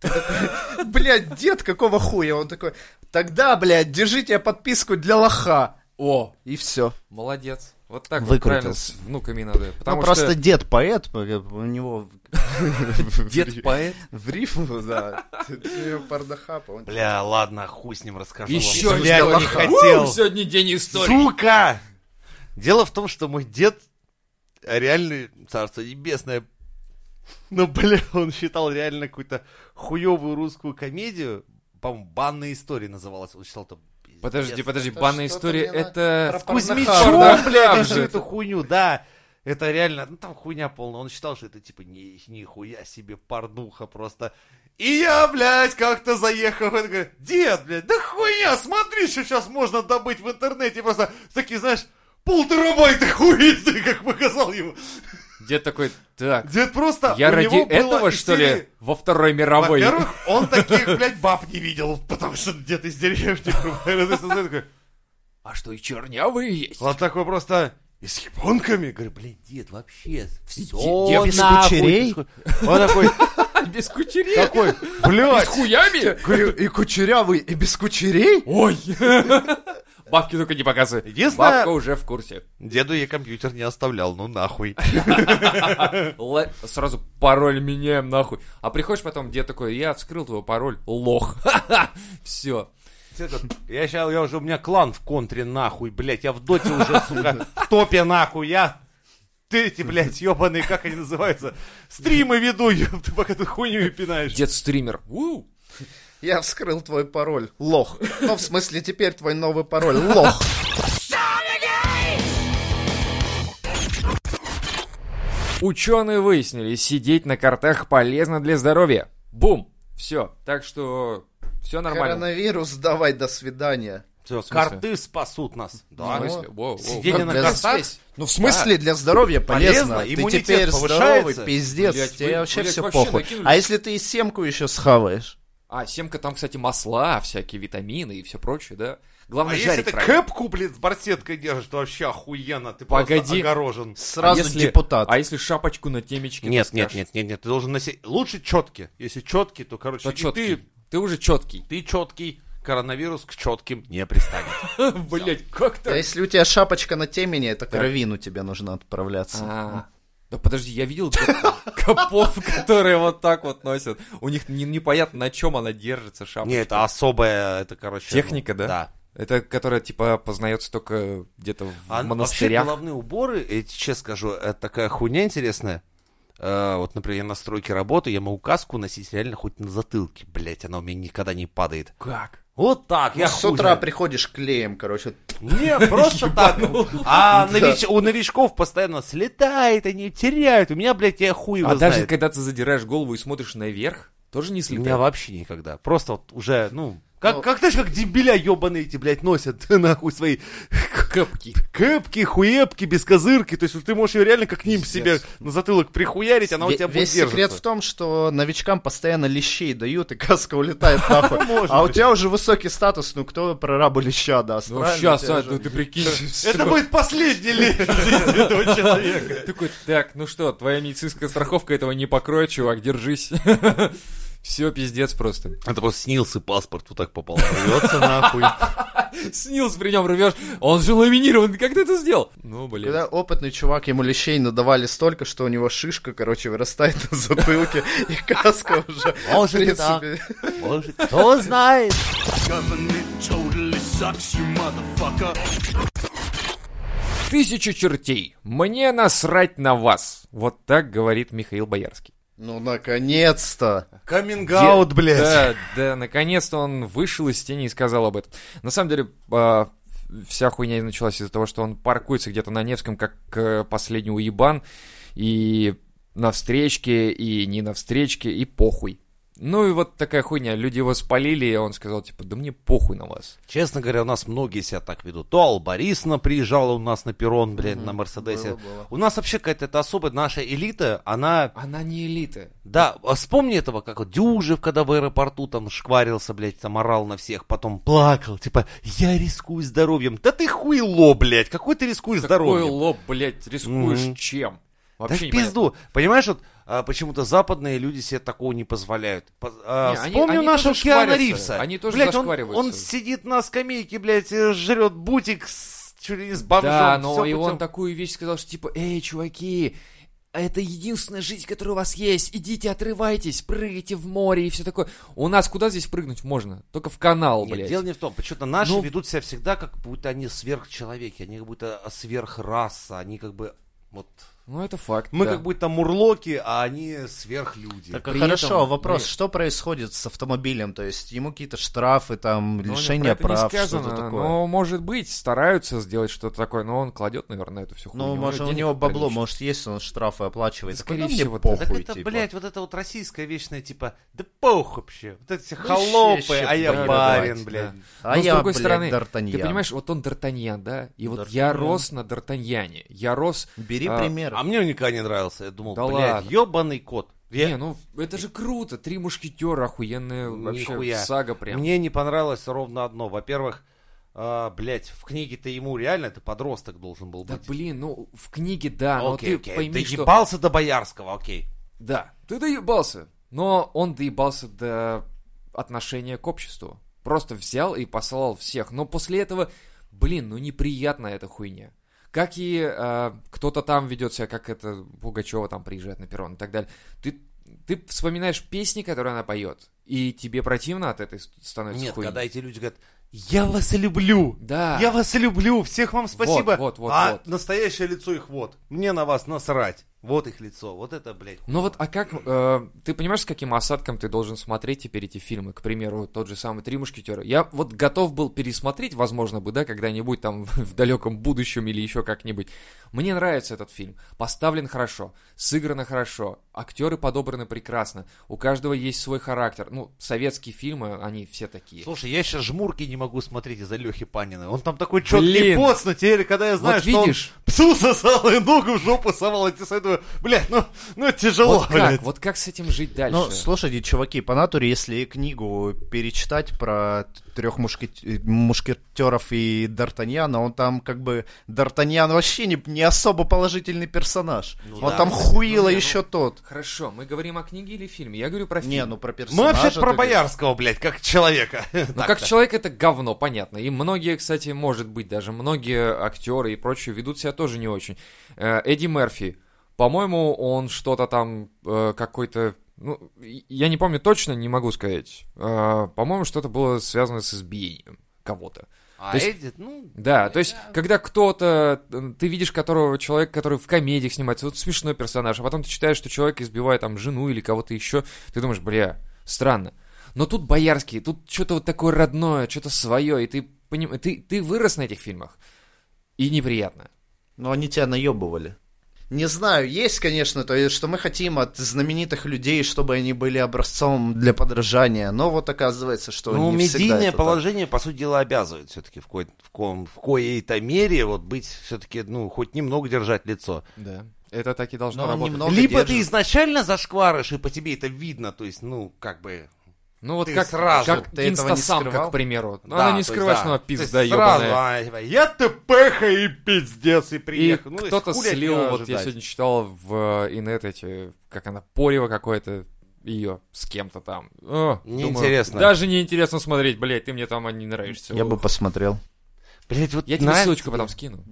Speaker 4: Ты такой, блядь, дед, какого хуя? Он такой, тогда, блядь, держите подписку для лоха.
Speaker 1: О,
Speaker 4: И все.
Speaker 1: молодец. Вот так вот
Speaker 4: Выкрутился.
Speaker 1: правильно с внуками надо.
Speaker 4: Ну,
Speaker 1: Потому
Speaker 4: просто
Speaker 1: что
Speaker 4: дед поэт, у него... в-
Speaker 1: дед поэт.
Speaker 4: В рифму, да. Порнохаб. он-
Speaker 2: Бля, ладно, хуй с ним расскажу вам.
Speaker 1: Еще
Speaker 2: Бля,
Speaker 1: что
Speaker 2: не хотел.
Speaker 1: Сегодня день истории.
Speaker 2: Сука! Дело в том, что мой дед реально, царство небесное, ну, бля, он считал реально какую-то хуевую русскую комедию, по-моему, «Банная история» называлась, он считал там... пиздец.
Speaker 1: Подожди, подожди,
Speaker 4: Это
Speaker 1: банная
Speaker 4: что-то
Speaker 1: история,
Speaker 4: мне на-
Speaker 1: это...
Speaker 4: про
Speaker 2: Кузьмичом,
Speaker 1: Порнохаб,
Speaker 2: бля,
Speaker 1: да,
Speaker 2: даже
Speaker 1: же
Speaker 2: эту хуйню, да. Это реально, ну там хуйня полная. Он считал, что это типа не, нихуя себе порнуха просто. И я, блядь, как-то заехал. Он говорит, дед, блядь, да хуйня, смотри, что сейчас можно добыть в интернете. Просто такие, знаешь, пол терабайта хуи, ты как показал ему.
Speaker 1: Дед такой, так,
Speaker 2: Дед просто...
Speaker 1: я
Speaker 2: у
Speaker 1: ради
Speaker 2: него было
Speaker 1: этого,
Speaker 2: из
Speaker 1: что
Speaker 2: серии-
Speaker 1: ли, во Второй мировой?
Speaker 2: во-первых, он таких, блядь, баб не видел, потому что дед из деревни. грубо говоря. То есть он такой,
Speaker 1: А что, и чернявые есть?
Speaker 2: Он такой просто и с японками. Говорю, блин, дед, вообще все
Speaker 1: дед
Speaker 4: без кучерей?
Speaker 2: Он такой,
Speaker 1: Без кучерей?
Speaker 2: такой,
Speaker 1: С
Speaker 2: блядь.
Speaker 1: хуями?
Speaker 4: Говорю, и кучерявый, и без кучерей?
Speaker 1: Ой! Бабки только не показывай.
Speaker 2: Единственное-
Speaker 1: Бабка уже в курсе.
Speaker 2: Деду я компьютер не оставлял, ну нахуй.
Speaker 1: Л- Сразу пароль меняем нахуй. А приходишь потом, дед такой, я вскрыл твой пароль, лох. Все.
Speaker 2: Я сейчас, я уже, у меня клан в контре нахуй, блядь. Я в доте уже, сука, в топе нахуй. Я ты эти, блядь, ебаные, как они называются, стримы веду, ёб, ты пока ты хуйню пинаешь.
Speaker 1: Дед стример. Уу.
Speaker 4: Я вскрыл твой пароль, лох. Ну, в смысле, теперь твой новый пароль, лох.
Speaker 1: Ученые выяснили, сидеть на картах полезно для здоровья. Бум. Все. Так что все нормально.
Speaker 4: Коронавирус, давай, до свидания.
Speaker 2: Все,
Speaker 1: смысле?
Speaker 2: карты спасут нас.
Speaker 1: В
Speaker 2: Да.
Speaker 1: смысле? Воу, воу.
Speaker 2: Сиденье на
Speaker 4: Как без
Speaker 2: картах
Speaker 1: связи?
Speaker 4: Ну, в смысле, для здоровья
Speaker 2: Полезно,
Speaker 4: полезно.
Speaker 2: иммунитет
Speaker 4: ты теперь
Speaker 2: повышается.
Speaker 4: здоровый, пиздец,
Speaker 1: Блядь,
Speaker 4: тебе
Speaker 1: вы,
Speaker 4: вообще
Speaker 1: блядь,
Speaker 4: все
Speaker 1: вообще
Speaker 4: похуй.
Speaker 1: накинулись.
Speaker 4: А если ты и семку еще схаваешь?
Speaker 1: А, семка там, кстати, масла, всякие витамины и все прочее, да?
Speaker 2: А
Speaker 1: Главное,
Speaker 2: если
Speaker 1: жарить
Speaker 2: ты
Speaker 1: правильно.
Speaker 2: кэпку, блин, с барсеткой держишь, то вообще охуенно, ты
Speaker 1: Погоди.
Speaker 2: просто огорожен.
Speaker 4: Сразу
Speaker 1: а если,
Speaker 4: депутат.
Speaker 1: А если шапочку на темечке?
Speaker 2: Нет,
Speaker 1: таскаешь?
Speaker 2: нет, нет, нет, нет, ты должен носить. Лучше четки. Если четкий, то, короче,
Speaker 1: То
Speaker 2: и
Speaker 1: четкий.
Speaker 2: ты,
Speaker 1: Ты... уже четкий.
Speaker 2: ты четкий, коронавирус к четким не пристанет.
Speaker 1: Блять, как
Speaker 4: А
Speaker 1: так?
Speaker 4: если у тебя шапочка на темени, это к равину тебе нужно отправляться.
Speaker 1: А, Да подожди, я видел коп- копов, которые вот так вот носят. У них не- непонятно, на чем она держится, шапка.
Speaker 2: Нет, а это особая, это, короче...
Speaker 1: Техника,
Speaker 2: ну,
Speaker 1: да?
Speaker 2: Да.
Speaker 1: Это которая, типа, познается только где-то в
Speaker 2: А вообще
Speaker 1: монастырях.
Speaker 2: головные уборы, я тебе честно скажу, это такая хуйня интересная. Э, вот, например, я на стройке работаю, я могу каску носить реально хоть на затылке, блять, она у меня никогда не падает.
Speaker 1: Как?
Speaker 2: Вот так,
Speaker 1: Ну,
Speaker 2: я
Speaker 4: С
Speaker 2: хуже.
Speaker 4: утра приходишь клеем, короче.
Speaker 2: Не, просто так. А нович- у новичков постоянно слетает, они теряют. У меня, блядь, я хуй его
Speaker 1: А даже
Speaker 2: знает.
Speaker 1: когда ты задираешь голову и смотришь наверх, тоже не
Speaker 2: У меня
Speaker 1: слетает.
Speaker 2: вообще никогда. Просто вот уже, ну...
Speaker 4: Ну.
Speaker 2: Как, как, знаешь, как дебиля ебаные эти, блядь, носят нахуй свои
Speaker 1: Капки.
Speaker 2: кэпки, хуепки, без козырки. То есть вот ты можешь ее реально как ним
Speaker 4: Пиздец.
Speaker 2: себе на затылок прихуярить, она у
Speaker 4: Ве-
Speaker 2: тебя будет
Speaker 4: Весь секрет в
Speaker 2: держаться.
Speaker 4: том, что новичкам постоянно лещей дают, и каска улетает нахуй.
Speaker 2: Может
Speaker 4: А у
Speaker 2: быть.
Speaker 4: тебя уже высокий статус, ну кто прорабу леща даст?
Speaker 1: Ну,
Speaker 4: правильно?
Speaker 1: сейчас,
Speaker 4: Тебя
Speaker 1: а,
Speaker 4: же-
Speaker 1: ну ты прикинь.
Speaker 2: Это
Speaker 1: всё.
Speaker 2: будет последний лень жизни этого человека.
Speaker 1: Такой, так, ну что, твоя медицинская страховка этого не покроет, чувак, держись. Все, пиздец просто.
Speaker 2: Это просто снился паспорт, вот так попал. Рвется нахуй.
Speaker 1: Снился при нем рвешь. Он же ламинирован. Как ты это сделал? Ну, блин.
Speaker 4: Когда опытный чувак, ему лещей надавали столько, что у него шишка, короче, вырастает на затылке, и каска уже, в
Speaker 2: Может, и так.
Speaker 4: принципе,
Speaker 2: Может, кто знает?
Speaker 3: Government totally sucks, you motherfucker.
Speaker 1: Тысяча чертей. Мне насрать на вас. Вот так говорит Михаил Боярский.
Speaker 4: Ну, наконец-то!
Speaker 2: Камингаут, блядь.
Speaker 1: Да, да, наконец-то он вышел из тени и сказал об этом. На самом деле, а, вся хуйня и началась из-за того, что он паркуется где-то на Невском, как э, последний уебан, и на встречке, и не на встречке, и похуй. Ну и вот такая хуйня. Люди его спалили, и он сказал, типа, да мне похуй на вас.
Speaker 2: Честно говоря, у нас многие себя так ведут. То Алла Борисовна приезжала у нас на перрон, блядь, на Мерседесе.
Speaker 4: было-было.
Speaker 2: У нас вообще какая-то эта особая наша элита, она...
Speaker 1: Она не элита.
Speaker 2: Да, а вспомни этого, как вот Дюжев, когда в аэропорту там шкварился, блядь, там орал на всех, потом плакал, типа, я рискую здоровьем. Да ты хуйло, блядь, какой ты рискуешь
Speaker 1: Какой
Speaker 2: здоровьем?
Speaker 1: лоб, блядь, рискуешь
Speaker 2: Мгм.
Speaker 1: чем?
Speaker 2: Да
Speaker 1: Вообще
Speaker 2: в
Speaker 1: непонятно.
Speaker 2: пизду. Понимаешь, вот а, почему-то западные люди себе такого не позволяют. По- а,
Speaker 1: Не, они-
Speaker 2: вспомню
Speaker 1: они
Speaker 2: нашего
Speaker 1: тоже
Speaker 2: Киана
Speaker 1: шкварятся.
Speaker 2: Ривза.
Speaker 1: Они тоже
Speaker 2: блядь, он,
Speaker 1: зашквариваются.
Speaker 2: он сидит на скамейке, блядь, э, жрет бутик с, чуть ли не с бомжом.
Speaker 1: Да, но
Speaker 2: всё
Speaker 1: и
Speaker 2: путём.
Speaker 1: он такую вещь сказал, что типа, эй, чуваки, это единственная жизнь, которая у вас есть. Идите, отрывайтесь, прыгайте в море и все такое. У нас куда здесь прыгнуть можно? Только в канал,
Speaker 2: Нет,
Speaker 1: блядь.
Speaker 2: дело не в том. Почему-то наши
Speaker 1: Ну-
Speaker 2: ведут себя всегда, как будто они сверхчеловеки, они как будто сверхраса, они как бы... Вот.
Speaker 1: Ну, это факт.
Speaker 2: Мы
Speaker 1: да.
Speaker 2: как будто мурлоки, а они сверхлюди.
Speaker 4: Так,
Speaker 1: При
Speaker 4: хорошо,
Speaker 1: этом
Speaker 4: вопрос,
Speaker 1: мы-
Speaker 4: что происходит с автомобилем? То есть ему какие-то штрафы, там,
Speaker 1: Ну,
Speaker 4: лишение
Speaker 1: про это
Speaker 4: прав,
Speaker 1: не сказано,
Speaker 4: что-то такое?
Speaker 1: но, может быть, стараются сделать что-то такое, но он кладет, наверное, эту всю хуйню.
Speaker 4: Ну, может, у
Speaker 1: денег
Speaker 4: него бабло,
Speaker 1: прилично.
Speaker 4: может, есть, он штрафы оплачивает.
Speaker 1: Скорее
Speaker 4: Такой, «Да мне
Speaker 1: всего, да.
Speaker 4: похуй,
Speaker 2: Так это,
Speaker 4: типа.
Speaker 2: блядь, вот это вот российская вечная, типа, да пох вообще. Вот эти все
Speaker 4: Ну,
Speaker 2: холопы,
Speaker 4: ща- ща
Speaker 2: а я
Speaker 1: Да, да,
Speaker 2: барин,
Speaker 1: да.
Speaker 2: блядь.
Speaker 4: А
Speaker 1: Но, ну, с
Speaker 4: я,
Speaker 1: другой
Speaker 4: блядь,
Speaker 1: стороны,
Speaker 4: Д'Артаньян.
Speaker 1: Ты понимаешь, вот он Д'Артаньян, да? И вот я
Speaker 4: Д'Артаньян.
Speaker 1: рос на Д'Артаньяне. Я рос...
Speaker 4: Бери
Speaker 1: а,
Speaker 4: пример.
Speaker 2: А мне он никогда не нравился. Я думал,
Speaker 1: Да
Speaker 2: блядь,
Speaker 1: ладно.
Speaker 2: ебаный кот. Я-
Speaker 1: Не, ну, это же круто. Три мушкетера, охуенная вообще
Speaker 2: Нихуя.
Speaker 1: сага прям.
Speaker 2: Мне не понравилось ровно одно. Во-первых, а, блядь, в книге-то ему реально это подросток должен был
Speaker 1: Да
Speaker 2: быть.
Speaker 1: блин, ну в книге да, но
Speaker 2: окей,
Speaker 1: ты
Speaker 2: окей.
Speaker 1: пойми, что...
Speaker 2: доебался до Боярского, окей.
Speaker 1: Да, ты доебался, но он доебался до отношения к обществу. Просто взял и посылал всех. Но после этого, блин, ну неприятно эта хуйня. Как и э, кто-то там ведет себя, как это Пугачева там приезжает на перрон и так далее. Ты, ты вспоминаешь песни, которые она поет, и тебе противно от этой становится
Speaker 2: Нет,
Speaker 1: хуйня.
Speaker 2: когда эти люди говорят, я вас люблю.
Speaker 1: Да.
Speaker 2: Я вас люблю, всех вам спасибо.
Speaker 1: вот, вот,
Speaker 2: а
Speaker 1: вот.
Speaker 2: настоящее лицо их вот. Мне на вас насрать. Вот их лицо. Вот это, блядь.
Speaker 1: Ну вот, а как, э, ты понимаешь, с каким осадком ты должен смотреть теперь эти фильмы? К примеру, тот же самый «Три мушкетера». Я вот готов был пересмотреть, возможно бы, да, когда-нибудь там в далеком будущем или еще как-нибудь. Мне нравится этот фильм. Поставлен хорошо, сыграно хорошо, актеры подобраны прекрасно, у каждого есть свой характер. Ну, советские фильмы, они все такие.
Speaker 2: Слушай, я сейчас жмурки не могу смотреть из-за Лехи Панина. Он там такой четкий
Speaker 1: Блин.
Speaker 2: поц, но теперь, когда я знаю,
Speaker 1: Вот
Speaker 2: что он
Speaker 1: видишь?
Speaker 2: псу сосал и ногу в жопу совал, я тебе советую, блядь, ну, ну тяжело,
Speaker 1: Вот
Speaker 2: блядь.
Speaker 1: как, вот как с этим жить дальше?
Speaker 4: Ну, слушайте, чуваки, по натуре, если книгу перечитать про трех мушкетеров и Д'Артаньяна, он там как бы... Д'Артаньян вообще не, не особо положительный персонаж. он
Speaker 2: да.
Speaker 4: там
Speaker 1: Ну,
Speaker 4: хуило
Speaker 1: не, ну-
Speaker 4: еще тот.
Speaker 1: Хорошо, мы говорим о книге или фильме? Я говорю про фильм.
Speaker 4: Не, ну про персонажа...
Speaker 2: Мы вообще про
Speaker 4: ты говоришь.
Speaker 2: Боярского, блядь, как человека.
Speaker 1: Ну, как человек это говно, понятно. И многие, кстати, может быть, даже многие актеры и прочие ведут себя тоже не очень. Э, Эдди Мерфи, по-моему, он что-то там э, какой-то... Ну, и- я не помню точно, не могу сказать. Э, По-моему, что-то было связано с избиением кого-то.
Speaker 2: А
Speaker 1: То есть-
Speaker 2: Эдит, ну,
Speaker 1: Да, то есть, когда кто-то, э, ты видишь которого человек, который в комедиях снимается, вот смешной персонаж, а потом ты читаешь, что человек избивает там жену или кого-то еще, ты думаешь, бля, странно. Но тут боярский, тут что-то вот такое родное, что-то свое, и ты, поним... ты, ты вырос на этих фильмах. И неприятно.
Speaker 4: Но они тебя наебывали. Не знаю, есть, конечно, то есть, что мы хотим от знаменитых людей, чтобы они были образцом для подражания, но вот оказывается, что
Speaker 2: Ну,
Speaker 4: не всегда
Speaker 2: медийное
Speaker 4: это так.
Speaker 2: положение, по сути дела, обязывает все-таки в, кое- в, ком- в коей-то мере вот быть все-таки, ну, хоть немного держать лицо.
Speaker 1: Да. Это так и должно
Speaker 4: Но
Speaker 1: работать.
Speaker 4: немного
Speaker 2: Либо ты
Speaker 4: держит.
Speaker 2: изначально зашкваришь, и по тебе это видно, то есть, ну, как бы...
Speaker 1: Ну вот
Speaker 2: Ты
Speaker 1: как,
Speaker 2: сразу,
Speaker 1: как
Speaker 4: ты этого не
Speaker 1: инстасамка,
Speaker 4: скрывал?
Speaker 1: к примеру. Ну,
Speaker 2: да,
Speaker 1: она
Speaker 2: то
Speaker 1: не
Speaker 2: есть,
Speaker 1: скрывает,
Speaker 2: да.
Speaker 1: что она
Speaker 2: То есть
Speaker 1: пизда
Speaker 2: сразу
Speaker 1: ебаная.
Speaker 2: она типа, я тпх и пиздец, и
Speaker 1: И
Speaker 2: приехал. Ну, то есть,
Speaker 1: кто-то
Speaker 2: хули от
Speaker 1: слил,
Speaker 2: неё
Speaker 1: вот я
Speaker 2: ожидать?
Speaker 1: сегодня читал в э, инете, как она, порево какое-то, ее с кем-то там. О, думаю,
Speaker 2: Неинтересно.
Speaker 1: Даже неинтересно смотреть, блядь, ты мне там а, не нравишься.
Speaker 4: Я
Speaker 1: Ух.
Speaker 4: бы посмотрел.
Speaker 2: Блядь, вот
Speaker 1: Я тебе
Speaker 2: нравится
Speaker 1: ссылочку
Speaker 2: мне.
Speaker 1: потом скину.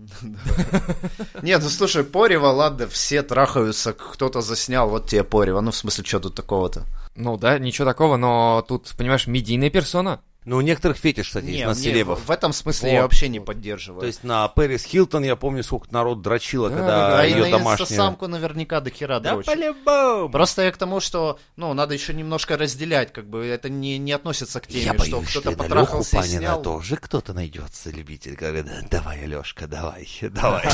Speaker 4: Нет, ну слушай, Порева, ладно, все трахаются, кто-то заснял, вот тебе Порева. Ну, в смысле, что тут такого-то?
Speaker 1: Ну да, ничего такого, но тут, понимаешь, медийная персона.
Speaker 2: Ну, у некоторых фетиш, кстати,
Speaker 4: Не,
Speaker 2: есть на
Speaker 4: мне
Speaker 2: селебов.
Speaker 4: В, в этом смысле
Speaker 1: Вот.
Speaker 4: я вообще не поддерживаю.
Speaker 2: То есть на Пэрис Хилтон, я помню, сколько народ дрочило,
Speaker 1: Да,
Speaker 2: когда
Speaker 4: да, и
Speaker 2: ее
Speaker 4: на
Speaker 2: домашняя...
Speaker 4: инстасамку наверняка до хера
Speaker 2: а, Да,
Speaker 4: дрочат.
Speaker 2: по-любому.
Speaker 4: Просто я к тому, что, ну, надо еще немножко разделять, как бы, это не, не относится к теме,
Speaker 2: Я
Speaker 4: что
Speaker 2: боюсь, что на
Speaker 4: кто-то
Speaker 2: Леху
Speaker 4: потрахался и
Speaker 2: Панина
Speaker 4: снял.
Speaker 2: тоже кто-то найдется, любитель. Говорит, давай, Алешка, давай, давай.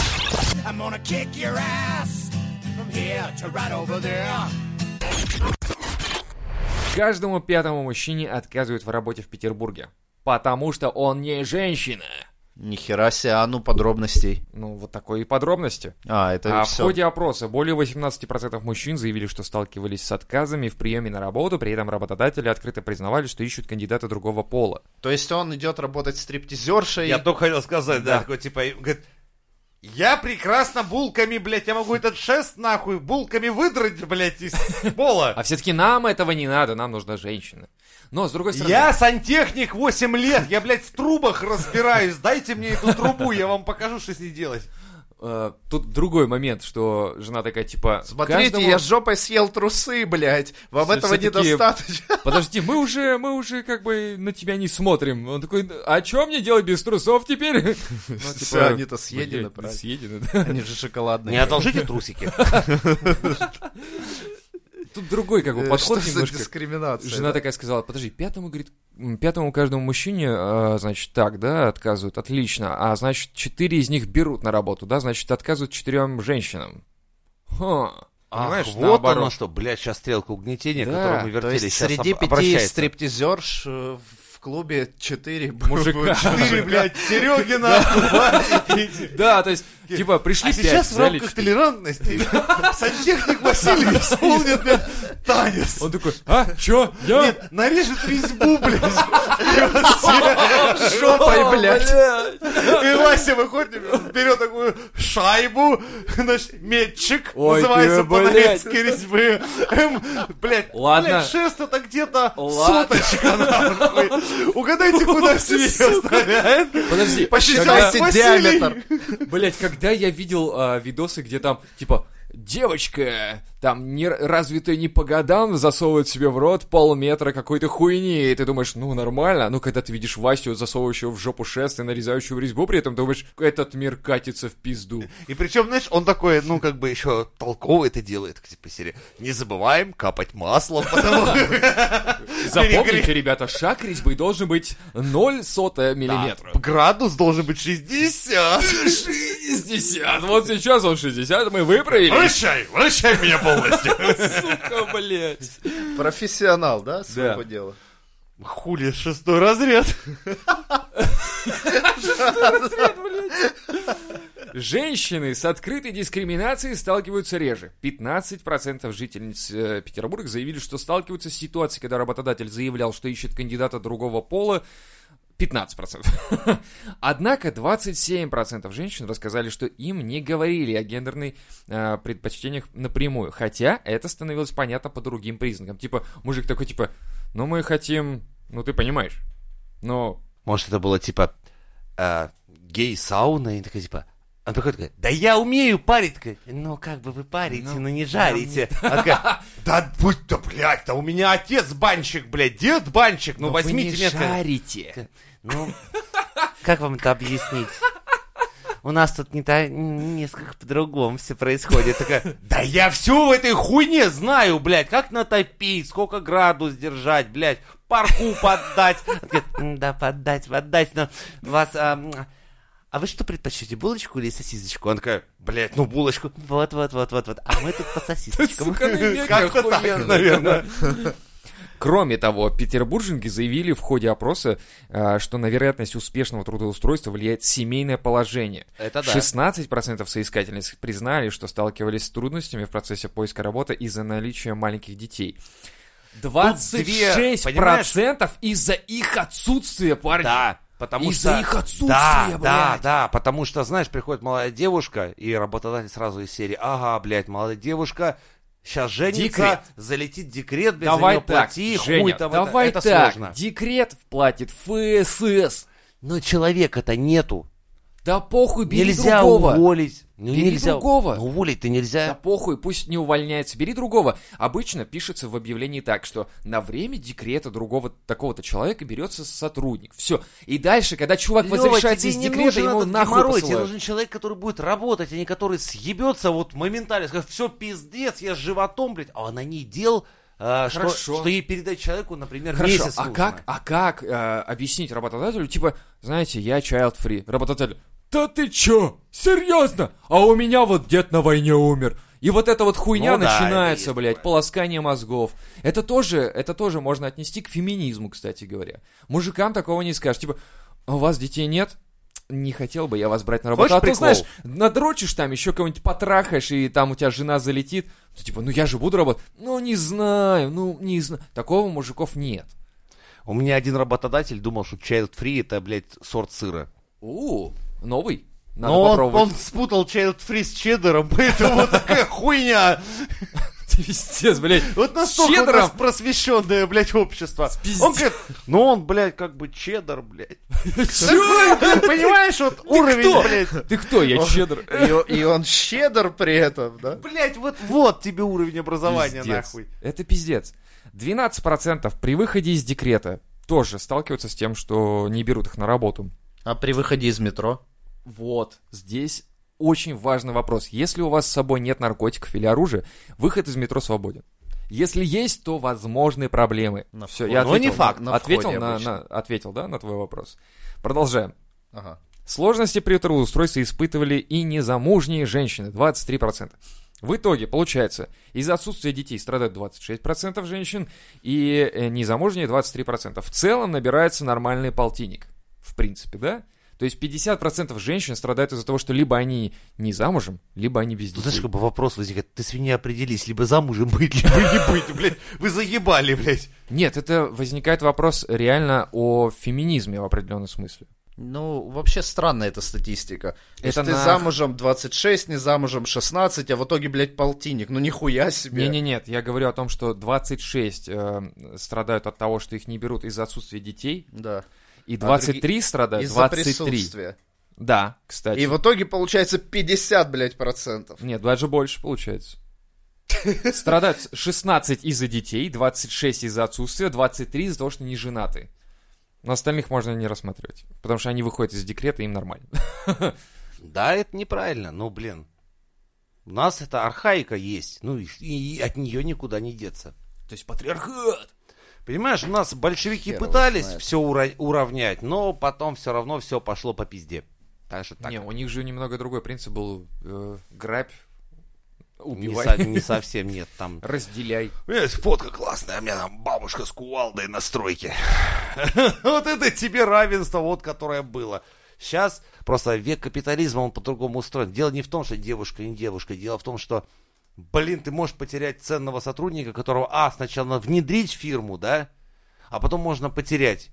Speaker 3: I'm gonna kick your ass from here to right over there.
Speaker 1: Каждому пятому мужчине отказывают в работе в Петербурге. Потому что он не женщина.
Speaker 4: Ни хера себе, а ну подробностей.
Speaker 1: Ну, вот такой и подробности.
Speaker 4: А, это
Speaker 1: а в
Speaker 4: все.
Speaker 1: ходе опроса более 18% мужчин заявили, что сталкивались с отказами в приеме на работу, при этом работодатели открыто признавали, что ищут кандидата другого пола.
Speaker 4: То есть он идет работать стриптизершей.
Speaker 2: Я только хотел сказать, да,
Speaker 1: Да.
Speaker 2: такой, типа, и- говорит, я прекрасно булками, блядь, я могу этот шест, нахуй, булками выдрать, блядь, из
Speaker 1: А
Speaker 2: пола.
Speaker 1: все-таки нам этого не надо, нам нужна женщина. Но, с другой стороны...
Speaker 2: Я сантехник 8 лет, я, блядь, в трубах разбираюсь, дайте мне эту трубу, я вам покажу, что с ней делать.
Speaker 1: э, тут другой момент, что жена такая, типа...
Speaker 4: Смотрите,
Speaker 1: каждому-
Speaker 4: я жопой съел трусы, блядь. Вам
Speaker 1: Всё-
Speaker 4: этого
Speaker 1: всё-таки-
Speaker 4: недостаточно.
Speaker 1: Подожди, мы уже, мы уже как бы на тебя не смотрим. Он такой, а чё мне делать без трусов теперь? Ну, типа,
Speaker 4: Всё, они-то съедены,
Speaker 1: блядь,
Speaker 4: правильно.
Speaker 1: Съедены, да.
Speaker 4: Они же шоколадные. Э,
Speaker 2: одолжите трусики.
Speaker 1: Тут другой как бы
Speaker 4: Э,
Speaker 1: подход
Speaker 4: Что за
Speaker 1: немножко.
Speaker 4: дискриминация?
Speaker 1: Жена такая сказала, подожди, пятому, говорит, м, пятому каждому мужчине, э, значит, так, да, отказывают, отлично, а, значит, четыре из них берут на работу, да, значит, отказывают четырем женщинам. Ха.
Speaker 2: Ах,
Speaker 1: Понимаешь,
Speaker 2: вот
Speaker 1: наоборот.
Speaker 2: оно что, блядь, сейчас стрелка угнетения,
Speaker 1: Да,
Speaker 2: которую мы
Speaker 4: То
Speaker 2: вертели,
Speaker 4: есть
Speaker 2: сейчас
Speaker 4: среди
Speaker 2: об-
Speaker 4: пяти
Speaker 2: обращается.
Speaker 4: стриптизерш э, в клубе четыре
Speaker 1: Мужика.
Speaker 4: было-
Speaker 2: Четыре, блядь, Серегина, Васенькина.
Speaker 1: Да, то есть, типа, пришли
Speaker 2: А
Speaker 1: пять,
Speaker 2: сейчас в
Speaker 1: взяли
Speaker 2: рамках
Speaker 1: четыре.
Speaker 2: толерантности сантехник Василий исполнит, блядь, танец.
Speaker 1: Он такой, а, чё, я?
Speaker 2: Нет, нарежет резьбу, блядь.
Speaker 4: Жопой, блядь.
Speaker 2: И Вася выходит, берет такую шайбу, значит, метчик,
Speaker 1: Ой,
Speaker 2: называется
Speaker 1: ты,
Speaker 2: по
Speaker 1: блядь.
Speaker 2: нарезке резьбы. Эм, Блядь,
Speaker 1: Ладно.
Speaker 2: блядь, шест это где-то
Speaker 1: Ладно.
Speaker 2: соточка, нахуй. Угадайте, куда свет стреляет.
Speaker 1: Подожди, когда-
Speaker 2: Посчитайте
Speaker 4: Василий.
Speaker 2: диаметр.
Speaker 1: Блять, когда я видел а, видосы, где там, типа, девочка, там, не, развитая не по годам, засовывает себе в рот полметра какой-то хуйни, и ты думаешь, ну, нормально, но когда ты видишь Васю, засовывающего в жопу шест и нарезающего резьбу, при этом думаешь, этот мир катится в пизду.
Speaker 2: И причем, знаешь, он такой, ну, как бы еще толковый это делает, типа, серии. Не забываем капать маслом, потому
Speaker 1: Запомните, ребята, шаг резьбы должен быть 0 сотая миллиметра.
Speaker 2: градус должен быть 60.
Speaker 1: 60, вот сейчас он 60, мы выправили.
Speaker 2: Вращай, вращай меня полностью.
Speaker 1: Сука, блять.
Speaker 4: Профессионал, да, своего дела?
Speaker 2: Хули, шестой разряд.
Speaker 1: Женщины с открытой дискриминацией сталкиваются реже. 15% жительниц э, Петербурга заявили, что сталкиваются с ситуацией, когда работодатель заявлял, что ищет кандидата другого пола. 15%. Однако 27% женщин рассказали, что им не говорили о гендерной э, предпочтениях напрямую. Хотя это становилось понятно по другим признакам. Типа, мужик такой, типа, ну мы хотим, ну ты понимаешь, но
Speaker 2: Может, это было типа э, гей-сауна, и такая типа. Он приходит такой, да я умею парить. Такая, ну, как бы вы парите, но, не жарите. Она такая, да будь то, блядь, да у меня отец банщик, блядь, дед банщик, ну
Speaker 1: но вы
Speaker 2: возьмите
Speaker 1: не
Speaker 2: меня. такая,
Speaker 1: шарите.
Speaker 2: Ну, как вам это объяснить? у нас тут не та... несколько по-другому все происходит. Такая, да я все в этой хуйне знаю, блядь, как натопить, сколько градус держать, блядь, парку поддать. Она говорит, «М, Да, поддать, поддать, но вас... а, м, а вы что предпочтете, булочку или сосисочку? Она такая, блядь, ну булочку. Вот, вот, вот, вот, вот. А мы тут по сосисочкам.
Speaker 1: Сука, ну, нет,
Speaker 2: Как-то
Speaker 1: охуенно.
Speaker 2: так, наверное.
Speaker 1: Кроме того, петербурженки заявили в ходе опроса, э, что на вероятность успешного трудоустройства влияет семейное положение.
Speaker 2: Это да.
Speaker 1: 16% соискательниц признали, что сталкивались с трудностями в процессе поиска работы из-за наличия маленьких детей. 26% из-за их отсутствия, парни.
Speaker 2: Да, потому
Speaker 1: Из-за
Speaker 2: что...
Speaker 1: их отсутствия,
Speaker 2: да, да,
Speaker 1: блядь.
Speaker 2: да, потому что, знаешь, приходит молодая девушка, и работодатель сразу из серии, ага, блядь, молодая девушка, сейчас женится,
Speaker 1: Декрет.
Speaker 2: залетит декрет, блядь,
Speaker 1: Давай
Speaker 2: за
Speaker 1: так,
Speaker 2: неё плати, хуй
Speaker 1: Женя,
Speaker 2: там, это-
Speaker 1: давай
Speaker 2: это,
Speaker 1: так,
Speaker 2: сложно.
Speaker 1: декрет платит ФСС.
Speaker 2: Но человека-то нету,
Speaker 1: Да похуй, бери
Speaker 2: нельзя
Speaker 1: другого.
Speaker 2: уволить. Ну,
Speaker 1: Бери
Speaker 2: нельзя.
Speaker 1: другого.
Speaker 2: Ну,
Speaker 1: Да
Speaker 2: уволить-то нельзя.
Speaker 1: похуй, пусть не увольняется, бери другого. Обычно пишется в объявлении так, что на время декрета другого такого-то человека берется сотрудник. Все. И дальше, когда чувак
Speaker 2: Лёва,
Speaker 1: возвращается
Speaker 2: тебе
Speaker 1: из
Speaker 2: не
Speaker 1: декрета,
Speaker 2: нужен
Speaker 1: ему
Speaker 2: этот
Speaker 1: нахуй
Speaker 2: геморрой, Тебе
Speaker 1: посылают.
Speaker 2: нужен человек, который будет работать, а не который съебется вот моментально. Скажет, все, пиздец, я с животом, блядь. А она не дел, а, что,
Speaker 1: Хорошо.
Speaker 2: что ей передать человеку, например,
Speaker 1: Хорошо,
Speaker 2: месяц
Speaker 1: а
Speaker 2: нужно.
Speaker 1: как, а как э, объяснить работодателю, типа, знаете, я child free. Работодатель, да ты чё? Серьезно? А у меня вот дед на войне умер. И вот эта вот хуйня
Speaker 2: Ну да, это
Speaker 1: начинается,
Speaker 2: есть
Speaker 1: блядь,
Speaker 2: такое.
Speaker 1: полоскание мозгов. Это тоже, это тоже можно отнести к феминизму, кстати говоря. Мужикам такого не скажешь. Типа, «А у вас детей нет? Не хотел бы я вас брать на работу.
Speaker 2: Хочешь
Speaker 1: а ты
Speaker 2: прикол?
Speaker 1: знаешь, надрочишь там, еще кого-нибудь потрахаешь, и там у тебя жена залетит. Ты типа, ну я же буду работать. Ну не знаю, ну не знаю. Такого мужиков нет.
Speaker 2: У меня один работодатель думал, что child free это, блядь, сорт сыра.
Speaker 1: У, новый. Надо
Speaker 2: Но он,
Speaker 1: попробовать.
Speaker 2: он спутал child free с чеддером, поэтому такая хуйня.
Speaker 1: Пиздец, блядь.
Speaker 2: Вот
Speaker 1: С
Speaker 2: настолько у
Speaker 1: чеддером?
Speaker 2: нас просвещенное, блядь, общество.
Speaker 1: пизде-
Speaker 2: Он говорит, ну он, блядь, как бы чеддер, блядь.
Speaker 1: Чё?
Speaker 2: Ты понимаешь, вот
Speaker 1: кто?
Speaker 2: уровень, блядь.
Speaker 1: Ты кто? Я чедр.
Speaker 4: И, и он щедр при этом, да?
Speaker 2: Блядь, вот, вот тебе уровень образования,
Speaker 1: Пиздец.
Speaker 2: нахуй.
Speaker 1: Это пиздец. 12% при выходе из декрета тоже сталкиваются с тем, что не берут их на работу.
Speaker 4: А при выходе из метро?
Speaker 1: Вот, здесь очень важный вопрос. Если у вас с собой нет наркотиков или оружия, выход из метро свободен. Если есть, то возможные проблемы.
Speaker 4: На
Speaker 1: Все,
Speaker 4: входе.
Speaker 1: я
Speaker 4: Но
Speaker 1: ответил.
Speaker 4: не факт, на
Speaker 1: ответил,
Speaker 4: входе
Speaker 1: на-
Speaker 4: обычно.
Speaker 1: на- ответил, да, на твой вопрос. Продолжаем.
Speaker 4: Ага.
Speaker 1: Сложности при трудоустройстве испытывали и незамужние женщины, 23%. В итоге, получается, из-за отсутствия детей страдают 26% женщин и э, незамужние 23%. В целом набирается нормальный полтинник, в принципе, да? То есть 50% женщин страдают из-за того, что либо они не замужем, либо они без
Speaker 2: Тут, Ну, знаешь,
Speaker 1: детей.
Speaker 2: как бы вопрос возникает, ты свинья определись, либо замужем быть, либо не быть, блядь. Вы заебали, блядь.
Speaker 1: Нет, это возникает вопрос реально о феминизме в определенном смысле.
Speaker 4: Ну, вообще странная эта статистика. То есть
Speaker 1: Это
Speaker 4: ты
Speaker 1: на-
Speaker 4: замужем 26, не замужем 16, а в итоге, блядь, полтинник. Ну нихуя себе.
Speaker 1: Не, не, нет, я говорю о том, что 26 э, страдают от того, что их не берут из-за отсутствия детей,
Speaker 4: Да.
Speaker 1: И
Speaker 4: А
Speaker 1: 23 страдают,
Speaker 4: Из-за
Speaker 1: 23.
Speaker 4: присутствия.
Speaker 1: Да, кстати.
Speaker 4: И в итоге получается 50, блядь, процентов.
Speaker 1: Нет, даже больше получается. Страдают 16 из-за детей, 26 из-за отсутствия, 23 из-за того, что не женаты. Но остальных можно не рассматривать, потому что они выходят из декрета, им нормально.
Speaker 2: Да, это неправильно, но, блин. У нас эта архаика есть, ну и, и от нее никуда не деться.
Speaker 1: То есть патриархат!
Speaker 2: Понимаешь, у нас большевики
Speaker 4: Хер его
Speaker 2: пытались
Speaker 4: знает.
Speaker 2: все уравнять, но потом все равно все пошло по пизде. Так что так.
Speaker 1: Не, у них же немного другой принцип был. э, грабь,
Speaker 2: не,
Speaker 1: убивай,
Speaker 2: со- не совсем нет там.
Speaker 1: разделяй.
Speaker 2: Есть фотка классная, у меня там бабушка с кувалдой на стройке. Вот это тебе равенство, вот которое было. Сейчас просто век капитализма, он по-другому устроен. Дело не в том, что девушка не девушка, дело в том, что, блин, ты можешь потерять ценного сотрудника, которого, а, сначала надо внедрить в фирму, да, а потом можно потерять.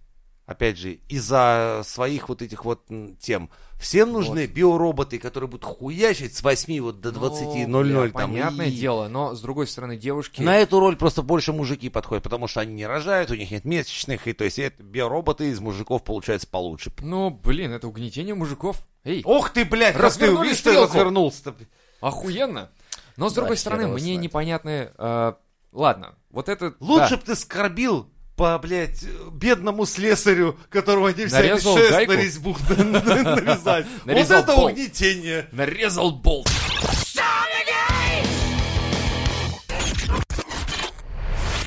Speaker 2: Опять же, из-за своих вот этих вот м, тем. Всем нужны биороботы, которые будут хуячить с 8 вот до 20.00.
Speaker 1: Ну, бля,
Speaker 2: там,
Speaker 1: Понятное
Speaker 2: и-
Speaker 1: дело, но с другой стороны, девушки...
Speaker 2: на эту роль просто больше мужики подходят, потому что они не рожают, у них нет месячных, и то есть это биороботы из мужиков получаются получше.
Speaker 1: Ну, блин, это угнетение мужиков. Эй,
Speaker 2: Ох ты, блядь, как ты,
Speaker 1: Развернули
Speaker 2: видишь, ты
Speaker 1: стрелку.
Speaker 2: развернулся-то.
Speaker 1: Охуенно. Но с другой
Speaker 4: Да,
Speaker 1: стороны,
Speaker 4: хер его
Speaker 1: мне
Speaker 4: знает.
Speaker 1: непонятны... э, ладно, вот это...
Speaker 2: Лучше
Speaker 1: да.
Speaker 2: бы ты скорбил по, блядь, бедному слесарю, которого они взяли
Speaker 1: Нарезал
Speaker 2: шест
Speaker 1: гайку?
Speaker 2: на резьбу на- на- нарезать. Вот
Speaker 1: Нарезал
Speaker 2: это
Speaker 1: пол.
Speaker 2: угнетение.
Speaker 1: Нарезал болт.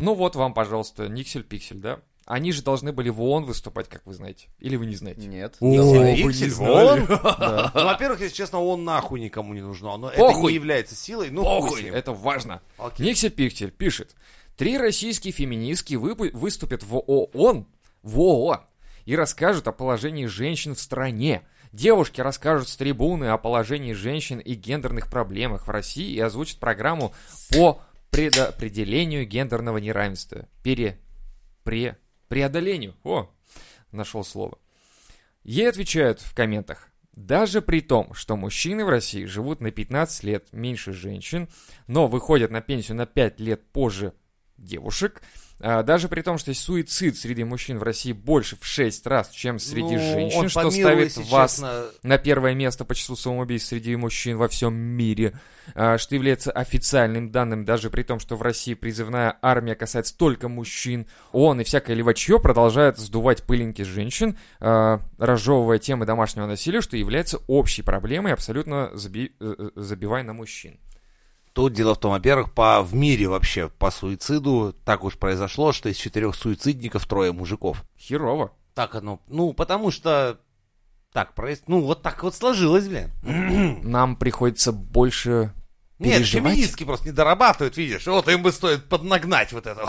Speaker 1: Ну вот вам, пожалуйста, Никсель-Пиксель, да? Они же должны были в ООН выступать, как вы знаете. Или вы не знаете?
Speaker 4: Нет.
Speaker 2: Сильно
Speaker 1: вы
Speaker 2: Иксель,
Speaker 1: не знали.
Speaker 2: вон. Ну, во-первых, если честно, он нахуй никому не нужно. Но это
Speaker 1: Похуй.
Speaker 2: не является силой. Ну, хуй с
Speaker 1: Похуй,
Speaker 2: ним.
Speaker 1: это важно.
Speaker 2: Окей.
Speaker 1: Никсель Пиксель пишет. Три российские феминистки выпу- выступят в ООН, в ООН и расскажут о положении женщин в стране. Девушки расскажут с трибуны о положении женщин и гендерных проблемах в России и озвучат программу по предопределению гендерного неравенства. Пере... Пре... Преодолению. О, нашел слово. Ей отвечают в комментах. Даже при том, что мужчины в России живут на 15 лет меньше женщин, но выходят на пенсию на 5 лет позже девушек, а, даже при том, что суицид среди мужчин в России больше в 6 раз, чем среди
Speaker 2: Ну,
Speaker 1: женщин,
Speaker 2: он
Speaker 1: что
Speaker 2: помилуй,
Speaker 1: ставит
Speaker 2: если
Speaker 1: вас
Speaker 2: честно,
Speaker 1: на первое место по числу самоубийств среди мужчин во всем мире, а, что является официальным данным, даже при том, что в России призывная армия касается только мужчин. ООН и всякое левачье продолжают сдувать пылинки с женщин, а, разжевывая темы домашнего насилия, что является общей проблемой, абсолютно заби- э, э, забивая на мужчин.
Speaker 2: Тут дело в том, во-первых, по, в мире вообще по суициду так уж произошло, что из четырех суицидников трое мужиков.
Speaker 1: Херово.
Speaker 2: Так оно, ну, потому что так проис- ну, вот так вот сложилось, блин.
Speaker 1: Нам приходится больше
Speaker 2: Нет,
Speaker 1: Переживать?
Speaker 2: феминистки просто не дорабатывают, видишь. Вот им бы стоит поднагнать вот это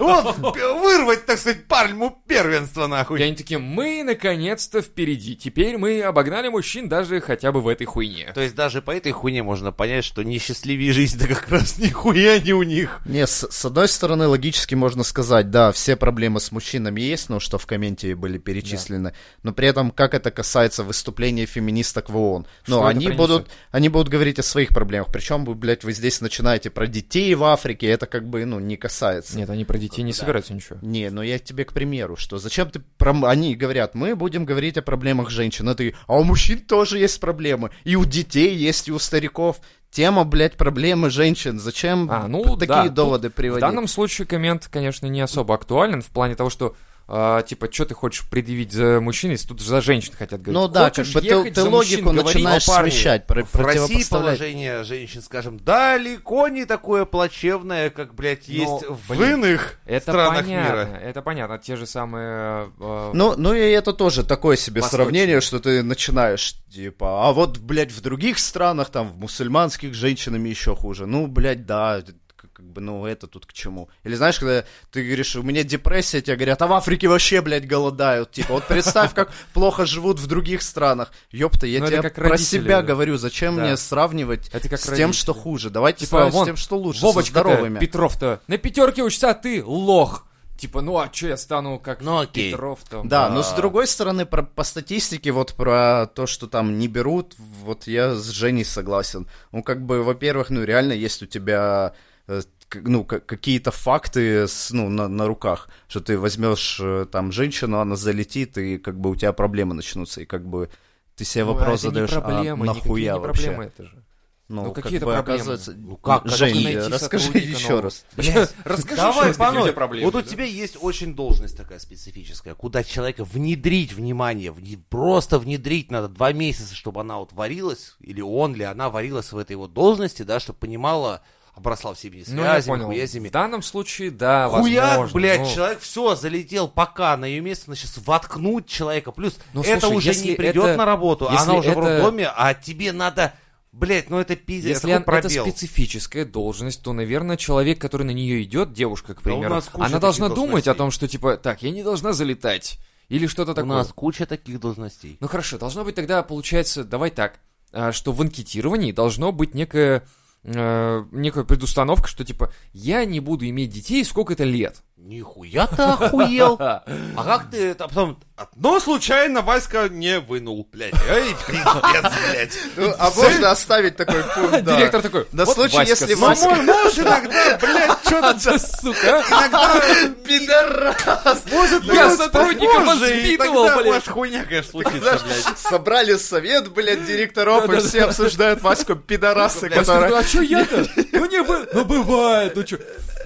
Speaker 2: вот. Вот вырвать, так сказать, пальму первенства,
Speaker 1: И
Speaker 2: нахуй.
Speaker 1: они такие, мы наконец-то впереди. Теперь мы обогнали мужчин даже хотя бы в этой хуйне.
Speaker 2: То есть даже по этой хуйне можно понять, что несчастливее жизнь-то как раз нихуя не у них.
Speaker 4: Не, с, с одной стороны, логически можно сказать, да, все проблемы с мужчинами есть, ну, что в комменте были перечислены, но при этом, как это касается выступления феминисток в ООН?
Speaker 1: Что
Speaker 4: Ну,
Speaker 1: это
Speaker 4: они
Speaker 1: принесет?
Speaker 4: будут, они будут говорить о своих проблемах, причем, вы, блядь, вы здесь начинаете про детей в Африке, это как бы, ну, не касается.
Speaker 1: Нет, они про детей не собираются ничего.
Speaker 4: Не, ну я тебе к примеру, что зачем ты про... м- Они говорят, мы будем говорить о проблемах женщин, а ты, а у мужчин тоже есть проблемы, и у детей есть, и у стариков. Тема, блядь, проблемы женщин. Зачем
Speaker 1: А, ну
Speaker 4: п-
Speaker 1: да,
Speaker 4: такие
Speaker 1: тут
Speaker 4: доводы
Speaker 1: В
Speaker 4: приводить?
Speaker 1: данном случае коммент, конечно, не особо актуален в плане того, что а, типа, что ты хочешь предъявить за мужчин, если тут за женщин хотят говорить.
Speaker 4: Ну да, как
Speaker 1: Хочешь
Speaker 4: бы ты,
Speaker 1: ехать
Speaker 4: ты
Speaker 1: за мужчин,
Speaker 4: логику
Speaker 1: говори.
Speaker 4: начинаешь
Speaker 2: парни,
Speaker 4: смещать, про-
Speaker 2: В России
Speaker 4: противопоставлять.
Speaker 2: положение женщин, скажем, далеко не такое плачевное, как, блядь,
Speaker 1: Но,
Speaker 2: есть в
Speaker 1: блин,
Speaker 2: иных
Speaker 1: Это
Speaker 2: странах
Speaker 1: понятно,
Speaker 2: мира.
Speaker 1: это понятно. Те же самые... э,
Speaker 4: Ну, ну и это тоже такое себе
Speaker 1: Восточные.
Speaker 4: сравнение, что ты начинаешь, типа, а вот, блядь, в других странах, там, в мусульманских, с женщинами еще хуже. Ну, блядь, да, это к- как бы, ну, это тут к чему. Или знаешь, когда ты говоришь, у меня депрессия, тебе говорят, а в Африке вообще, блядь, голодают. Типа, вот представь, как плохо живут в других странах. Ёпта, я
Speaker 1: Ну, это
Speaker 4: тебе
Speaker 1: как
Speaker 4: про
Speaker 1: родители.
Speaker 4: себя говорю, зачем
Speaker 1: Да.
Speaker 4: мне сравнивать
Speaker 1: Это как
Speaker 4: с тем,
Speaker 1: родители.
Speaker 4: что хуже. Давайте
Speaker 1: Типа,
Speaker 4: с
Speaker 1: вон,
Speaker 4: тем, что лучше, со
Speaker 1: Вовочка-то,
Speaker 4: здоровыми.
Speaker 1: Петров-то, на пятерке учится, а ты лох. Типа, ну а что я стану как
Speaker 2: Ну, окей.
Speaker 1: Петров там?
Speaker 4: Да, ну, но с другой стороны, про, по статистике, вот про то, что там не берут, вот я с Женей согласен. Ну, как бы, во-первых, ну, реально есть у тебя, э, к- ну, к- какие-то факты, с- ну, на, на руках, что ты возьмешь э, там женщину, она залетит, и как бы у тебя проблемы начнутся, и как бы ты себе
Speaker 1: Ну, а
Speaker 4: вопрос
Speaker 1: это не
Speaker 4: задаешь,
Speaker 1: проблемы,
Speaker 4: а
Speaker 1: никакие
Speaker 4: нахуя
Speaker 1: не
Speaker 4: вообще?
Speaker 1: проблемы это же.
Speaker 4: Ну,
Speaker 1: Ну,
Speaker 4: как
Speaker 1: какие-то
Speaker 4: бы,
Speaker 1: проблемы?
Speaker 4: оказывается...
Speaker 2: Ну, как- как
Speaker 4: Жень,
Speaker 1: найти
Speaker 4: расскажи
Speaker 1: сотрудника
Speaker 4: еще
Speaker 1: нового?
Speaker 4: раз.
Speaker 1: Блядь, расскажи, что
Speaker 2: Давай
Speaker 1: у тебя
Speaker 2: по новой.
Speaker 1: проблемы,
Speaker 2: Вот у
Speaker 1: да?
Speaker 2: тебя есть очень должность такая специфическая, куда человека внедрить внимание, вне- просто внедрить надо два месяца, чтобы она вот варилась, или он, или она варилась в этой вот должности, да, чтобы понимала, обросла всеми
Speaker 1: Ну, я
Speaker 2: связями,
Speaker 1: понял.
Speaker 2: хуязями.
Speaker 1: В данном случае, да,
Speaker 2: Хуяк,
Speaker 1: возможно.
Speaker 2: блядь,
Speaker 1: ну.
Speaker 2: человек все залетел пока на ее место, она сейчас воткнуть человека. Плюс
Speaker 1: Ну,
Speaker 2: это
Speaker 1: слушай,
Speaker 2: уже
Speaker 1: если
Speaker 2: не придет
Speaker 1: это-
Speaker 2: на работу,
Speaker 1: если
Speaker 2: она уже в
Speaker 1: это-
Speaker 2: роддоме, а тебе надо, блядь, ну это пиздец,
Speaker 1: Если
Speaker 2: такой
Speaker 1: он- это
Speaker 2: пробел.
Speaker 1: специфическая должность, то, наверное, человек, который на нее идет, девушка, к
Speaker 2: Да у
Speaker 1: примеру,
Speaker 2: нас куча
Speaker 1: она должна
Speaker 2: таких
Speaker 1: думать о
Speaker 2: должностей.
Speaker 1: том, что типа, так, я не должна залетать. Или что-то
Speaker 2: У
Speaker 1: такое.
Speaker 2: нас куча таких должностей.
Speaker 1: Ну хорошо, должно быть тогда, получается, давай так, а, что в анкетировании должно быть некое э, некая предустановка, что типа я не буду иметь детей сколько-то лет.
Speaker 2: Нихуя ты охуел! А как ты это потом... Но случайно Васька не вынул, блядь. Эй, пиздец, блядь.
Speaker 4: А можно оставить такой пункт,
Speaker 1: Директор такой.
Speaker 4: На
Speaker 1: «Вот
Speaker 4: случай,
Speaker 1: Васька,
Speaker 4: если
Speaker 1: сука».
Speaker 4: Васька-
Speaker 2: Мой муж иногда, блядь, что-то...
Speaker 1: Да, сука, а?
Speaker 4: Пидорас!
Speaker 2: Может,
Speaker 1: Ну, Я
Speaker 2: такое
Speaker 1: сотрудника
Speaker 2: похоже, и
Speaker 1: воспитывал,
Speaker 2: тогда,
Speaker 1: блядь.
Speaker 2: может, хуйня, конечно, случится, блядь.
Speaker 4: Собрали совет, блядь, директоров, и все обсуждают Ваську пидорасы,
Speaker 1: Васька такой,
Speaker 4: который...
Speaker 1: а что я-то? Ну не бы, ну бывает, ну что.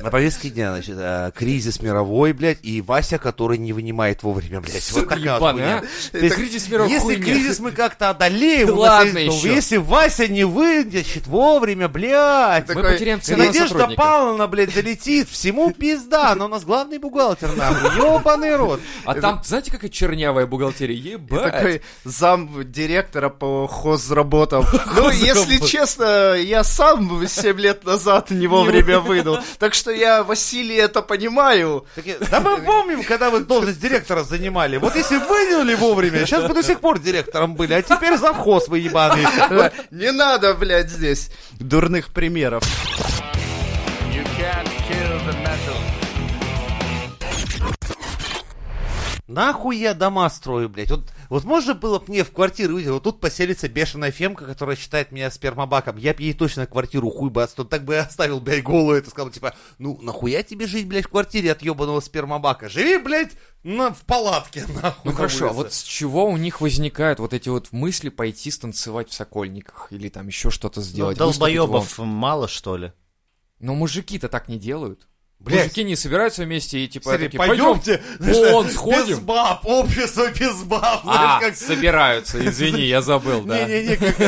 Speaker 2: На повестке дня, значит, э, кризис мировой, блядь, и Вася, который не вынимает вовремя, блядь.
Speaker 1: Всё
Speaker 2: Вот
Speaker 1: ты
Speaker 2: такая вот
Speaker 1: ебаный,
Speaker 2: хуйня.
Speaker 1: а?
Speaker 2: То есть,
Speaker 1: Кризис мировой
Speaker 2: Если
Speaker 1: хуйня.
Speaker 2: кризис мы как-то одолеем,
Speaker 1: Да
Speaker 2: у нас
Speaker 1: ладно
Speaker 2: есть- то
Speaker 1: еще.
Speaker 2: если Вася не вытащит вовремя, блядь,
Speaker 1: Мы
Speaker 4: такой,
Speaker 1: потеряем цену
Speaker 2: Надежда
Speaker 1: сотрудника.
Speaker 2: Павловна, блядь, залетит, всему пизда, но у нас главный бухгалтер, нахуй, ебаный рот.
Speaker 1: А там, знаете, какая чернявая бухгалтерия?
Speaker 4: И
Speaker 1: Ебать.
Speaker 4: такой зам директора по хозработам. Ну, если
Speaker 1: Хозработ-
Speaker 4: честно, я сам 7 лет назад не вовремя выдал. Так что я, Василий, это понимаю.
Speaker 2: Так я- Да мы помним, когда вы должность директора занимали. Вот если выделили вовремя, сейчас бы до сих пор директором были, а теперь завхоз вы ебаный.
Speaker 4: Да, Не надо, блядь, здесь дурных примеров.
Speaker 2: Нахуй я дома строю, блядь. Вот, вот можно было бы мне в квартиру увидеть, вот тут поселится бешеная фемка, которая считает меня спермобаком. Я бы ей точно квартиру хуй бы отстал. Так бы я оставил, блядь, голую это сказал, типа, ну нахуя тебе жить, блядь, в квартире от ебаного спермобака? Живи, блядь, на, в палатке, нахуй.
Speaker 1: Ну
Speaker 2: на
Speaker 1: хорошо, а
Speaker 2: улице».
Speaker 1: вот с чего у них возникают вот эти вот мысли пойти станцевать в Сокольниках или там еще
Speaker 2: Ну,
Speaker 1: что-то сделать? выступить вон?
Speaker 4: мало, что ли?
Speaker 1: Но ну, мужики-то так не делают.
Speaker 2: Блядь.
Speaker 1: Мужики не собираются вместе и типа
Speaker 2: Смотри,
Speaker 1: такие,
Speaker 2: пойдемте,
Speaker 1: в ООН сходим.
Speaker 2: без баб, общество без баб,
Speaker 1: А,
Speaker 2: знаешь, как
Speaker 1: собираются, извини, я забыл, да.
Speaker 2: Не-не-не, как,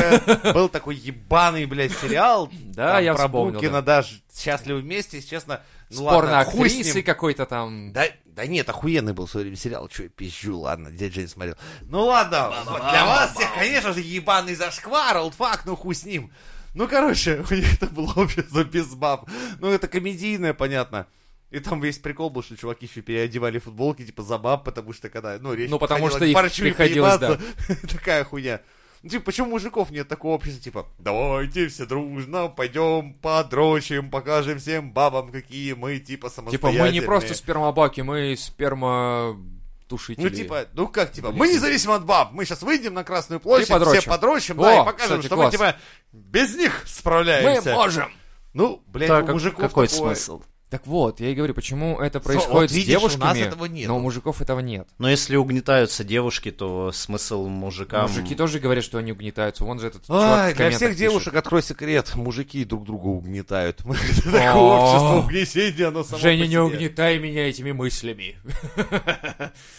Speaker 2: э, был такой ебаный, блядь, сериал.
Speaker 1: Да,
Speaker 2: там
Speaker 1: я
Speaker 2: про
Speaker 1: вспомнил,
Speaker 2: Букина, да, ж- «Счастливы вместе», если честно. ну
Speaker 1: Спорно
Speaker 2: ладно, хуй с
Speaker 1: актрисы
Speaker 2: ним.
Speaker 1: какой-то там.
Speaker 2: Да, да нет, охуенный был в свое время сериал, чё я пизжу, ладно, дядя Джейн смотрел. Ну ладно, для вас всех, конечно же, ебаный зашквар, олдфак, ну хуй с ним. Ну, короче, у них это было общество без баб. Ну, это комедийное, понятно. И там весь прикол был, что чуваки еще переодевали футболки, типа, за баб, потому что когда, ну, речь
Speaker 1: Ну, потому что
Speaker 2: подходила к
Speaker 1: их
Speaker 2: парчу и
Speaker 1: приходилось,
Speaker 2: поебаться, Такая хуйня. Ну, типа, почему у мужиков нет такого общества, типа, давайте все дружно пойдем подрочим, покажем всем бабам, какие мы, типа,
Speaker 1: Типа
Speaker 2: самостоятельные.
Speaker 1: мы не просто спермобаки, мы сперма
Speaker 2: Ну,
Speaker 1: тушители.
Speaker 2: типа, ну как, типа, мы независимо от баб, мы сейчас выйдем на Красную площадь,
Speaker 1: подрочим.
Speaker 2: все подрочим,
Speaker 1: О,
Speaker 2: да, и покажем,
Speaker 1: кстати,
Speaker 2: что
Speaker 1: класс.
Speaker 2: мы, типа, без них
Speaker 1: мы
Speaker 2: справляемся.
Speaker 1: можем. а
Speaker 2: Ну, блядь,
Speaker 4: Да,
Speaker 2: у
Speaker 4: как-
Speaker 2: мужиков
Speaker 4: какой
Speaker 2: такое-
Speaker 4: смысл?
Speaker 1: Так вот, я и говорю, почему это
Speaker 2: вот
Speaker 1: происходит с
Speaker 2: видишь, у нас
Speaker 1: девушками,
Speaker 2: этого нету.
Speaker 1: но у мужиков этого нет.
Speaker 4: Но Ну, если угнетаются девушки, то смысл мужикам...
Speaker 1: Мужики тоже говорят, что они угнетаются. Вон же этот чувак
Speaker 2: Ай,
Speaker 1: в
Speaker 2: для
Speaker 1: комментах
Speaker 2: всех
Speaker 1: пишет.
Speaker 2: девушек открой секрет, мужики друг друга угнетают. Это
Speaker 1: О.
Speaker 2: такое общество угнетения, оно само
Speaker 1: Женя,
Speaker 2: по
Speaker 1: не
Speaker 2: себе.
Speaker 1: угнетай меня этими мыслями.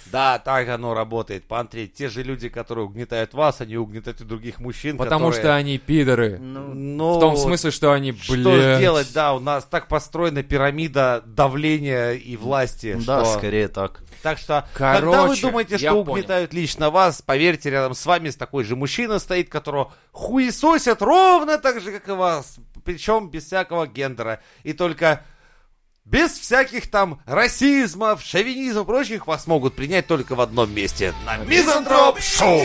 Speaker 2: Да, так оно работает. Пан Треть, те же люди, которые угнетают вас, они угнетают и других мужчин,
Speaker 1: Потому что
Speaker 2: которые-
Speaker 1: они пидоры.
Speaker 2: Ну,
Speaker 1: В том смысле, что они,
Speaker 2: Что
Speaker 1: блядь.
Speaker 2: делать, да, у нас так построена пирамида давления и власти,
Speaker 4: Да,
Speaker 2: что...
Speaker 4: скорее так.
Speaker 2: Так что,
Speaker 1: Короче,
Speaker 2: когда вы думаете,
Speaker 1: я
Speaker 2: что
Speaker 1: понял.
Speaker 2: угнетают лично вас, поверьте, рядом с вами такой же мужчина стоит, которого хуесосят ровно так же, как и вас. Причем без всякого гендера. И только без всяких там расизмов, шовинизмов и прочих вас могут принять только в одном месте. На Мизантроп Шоу!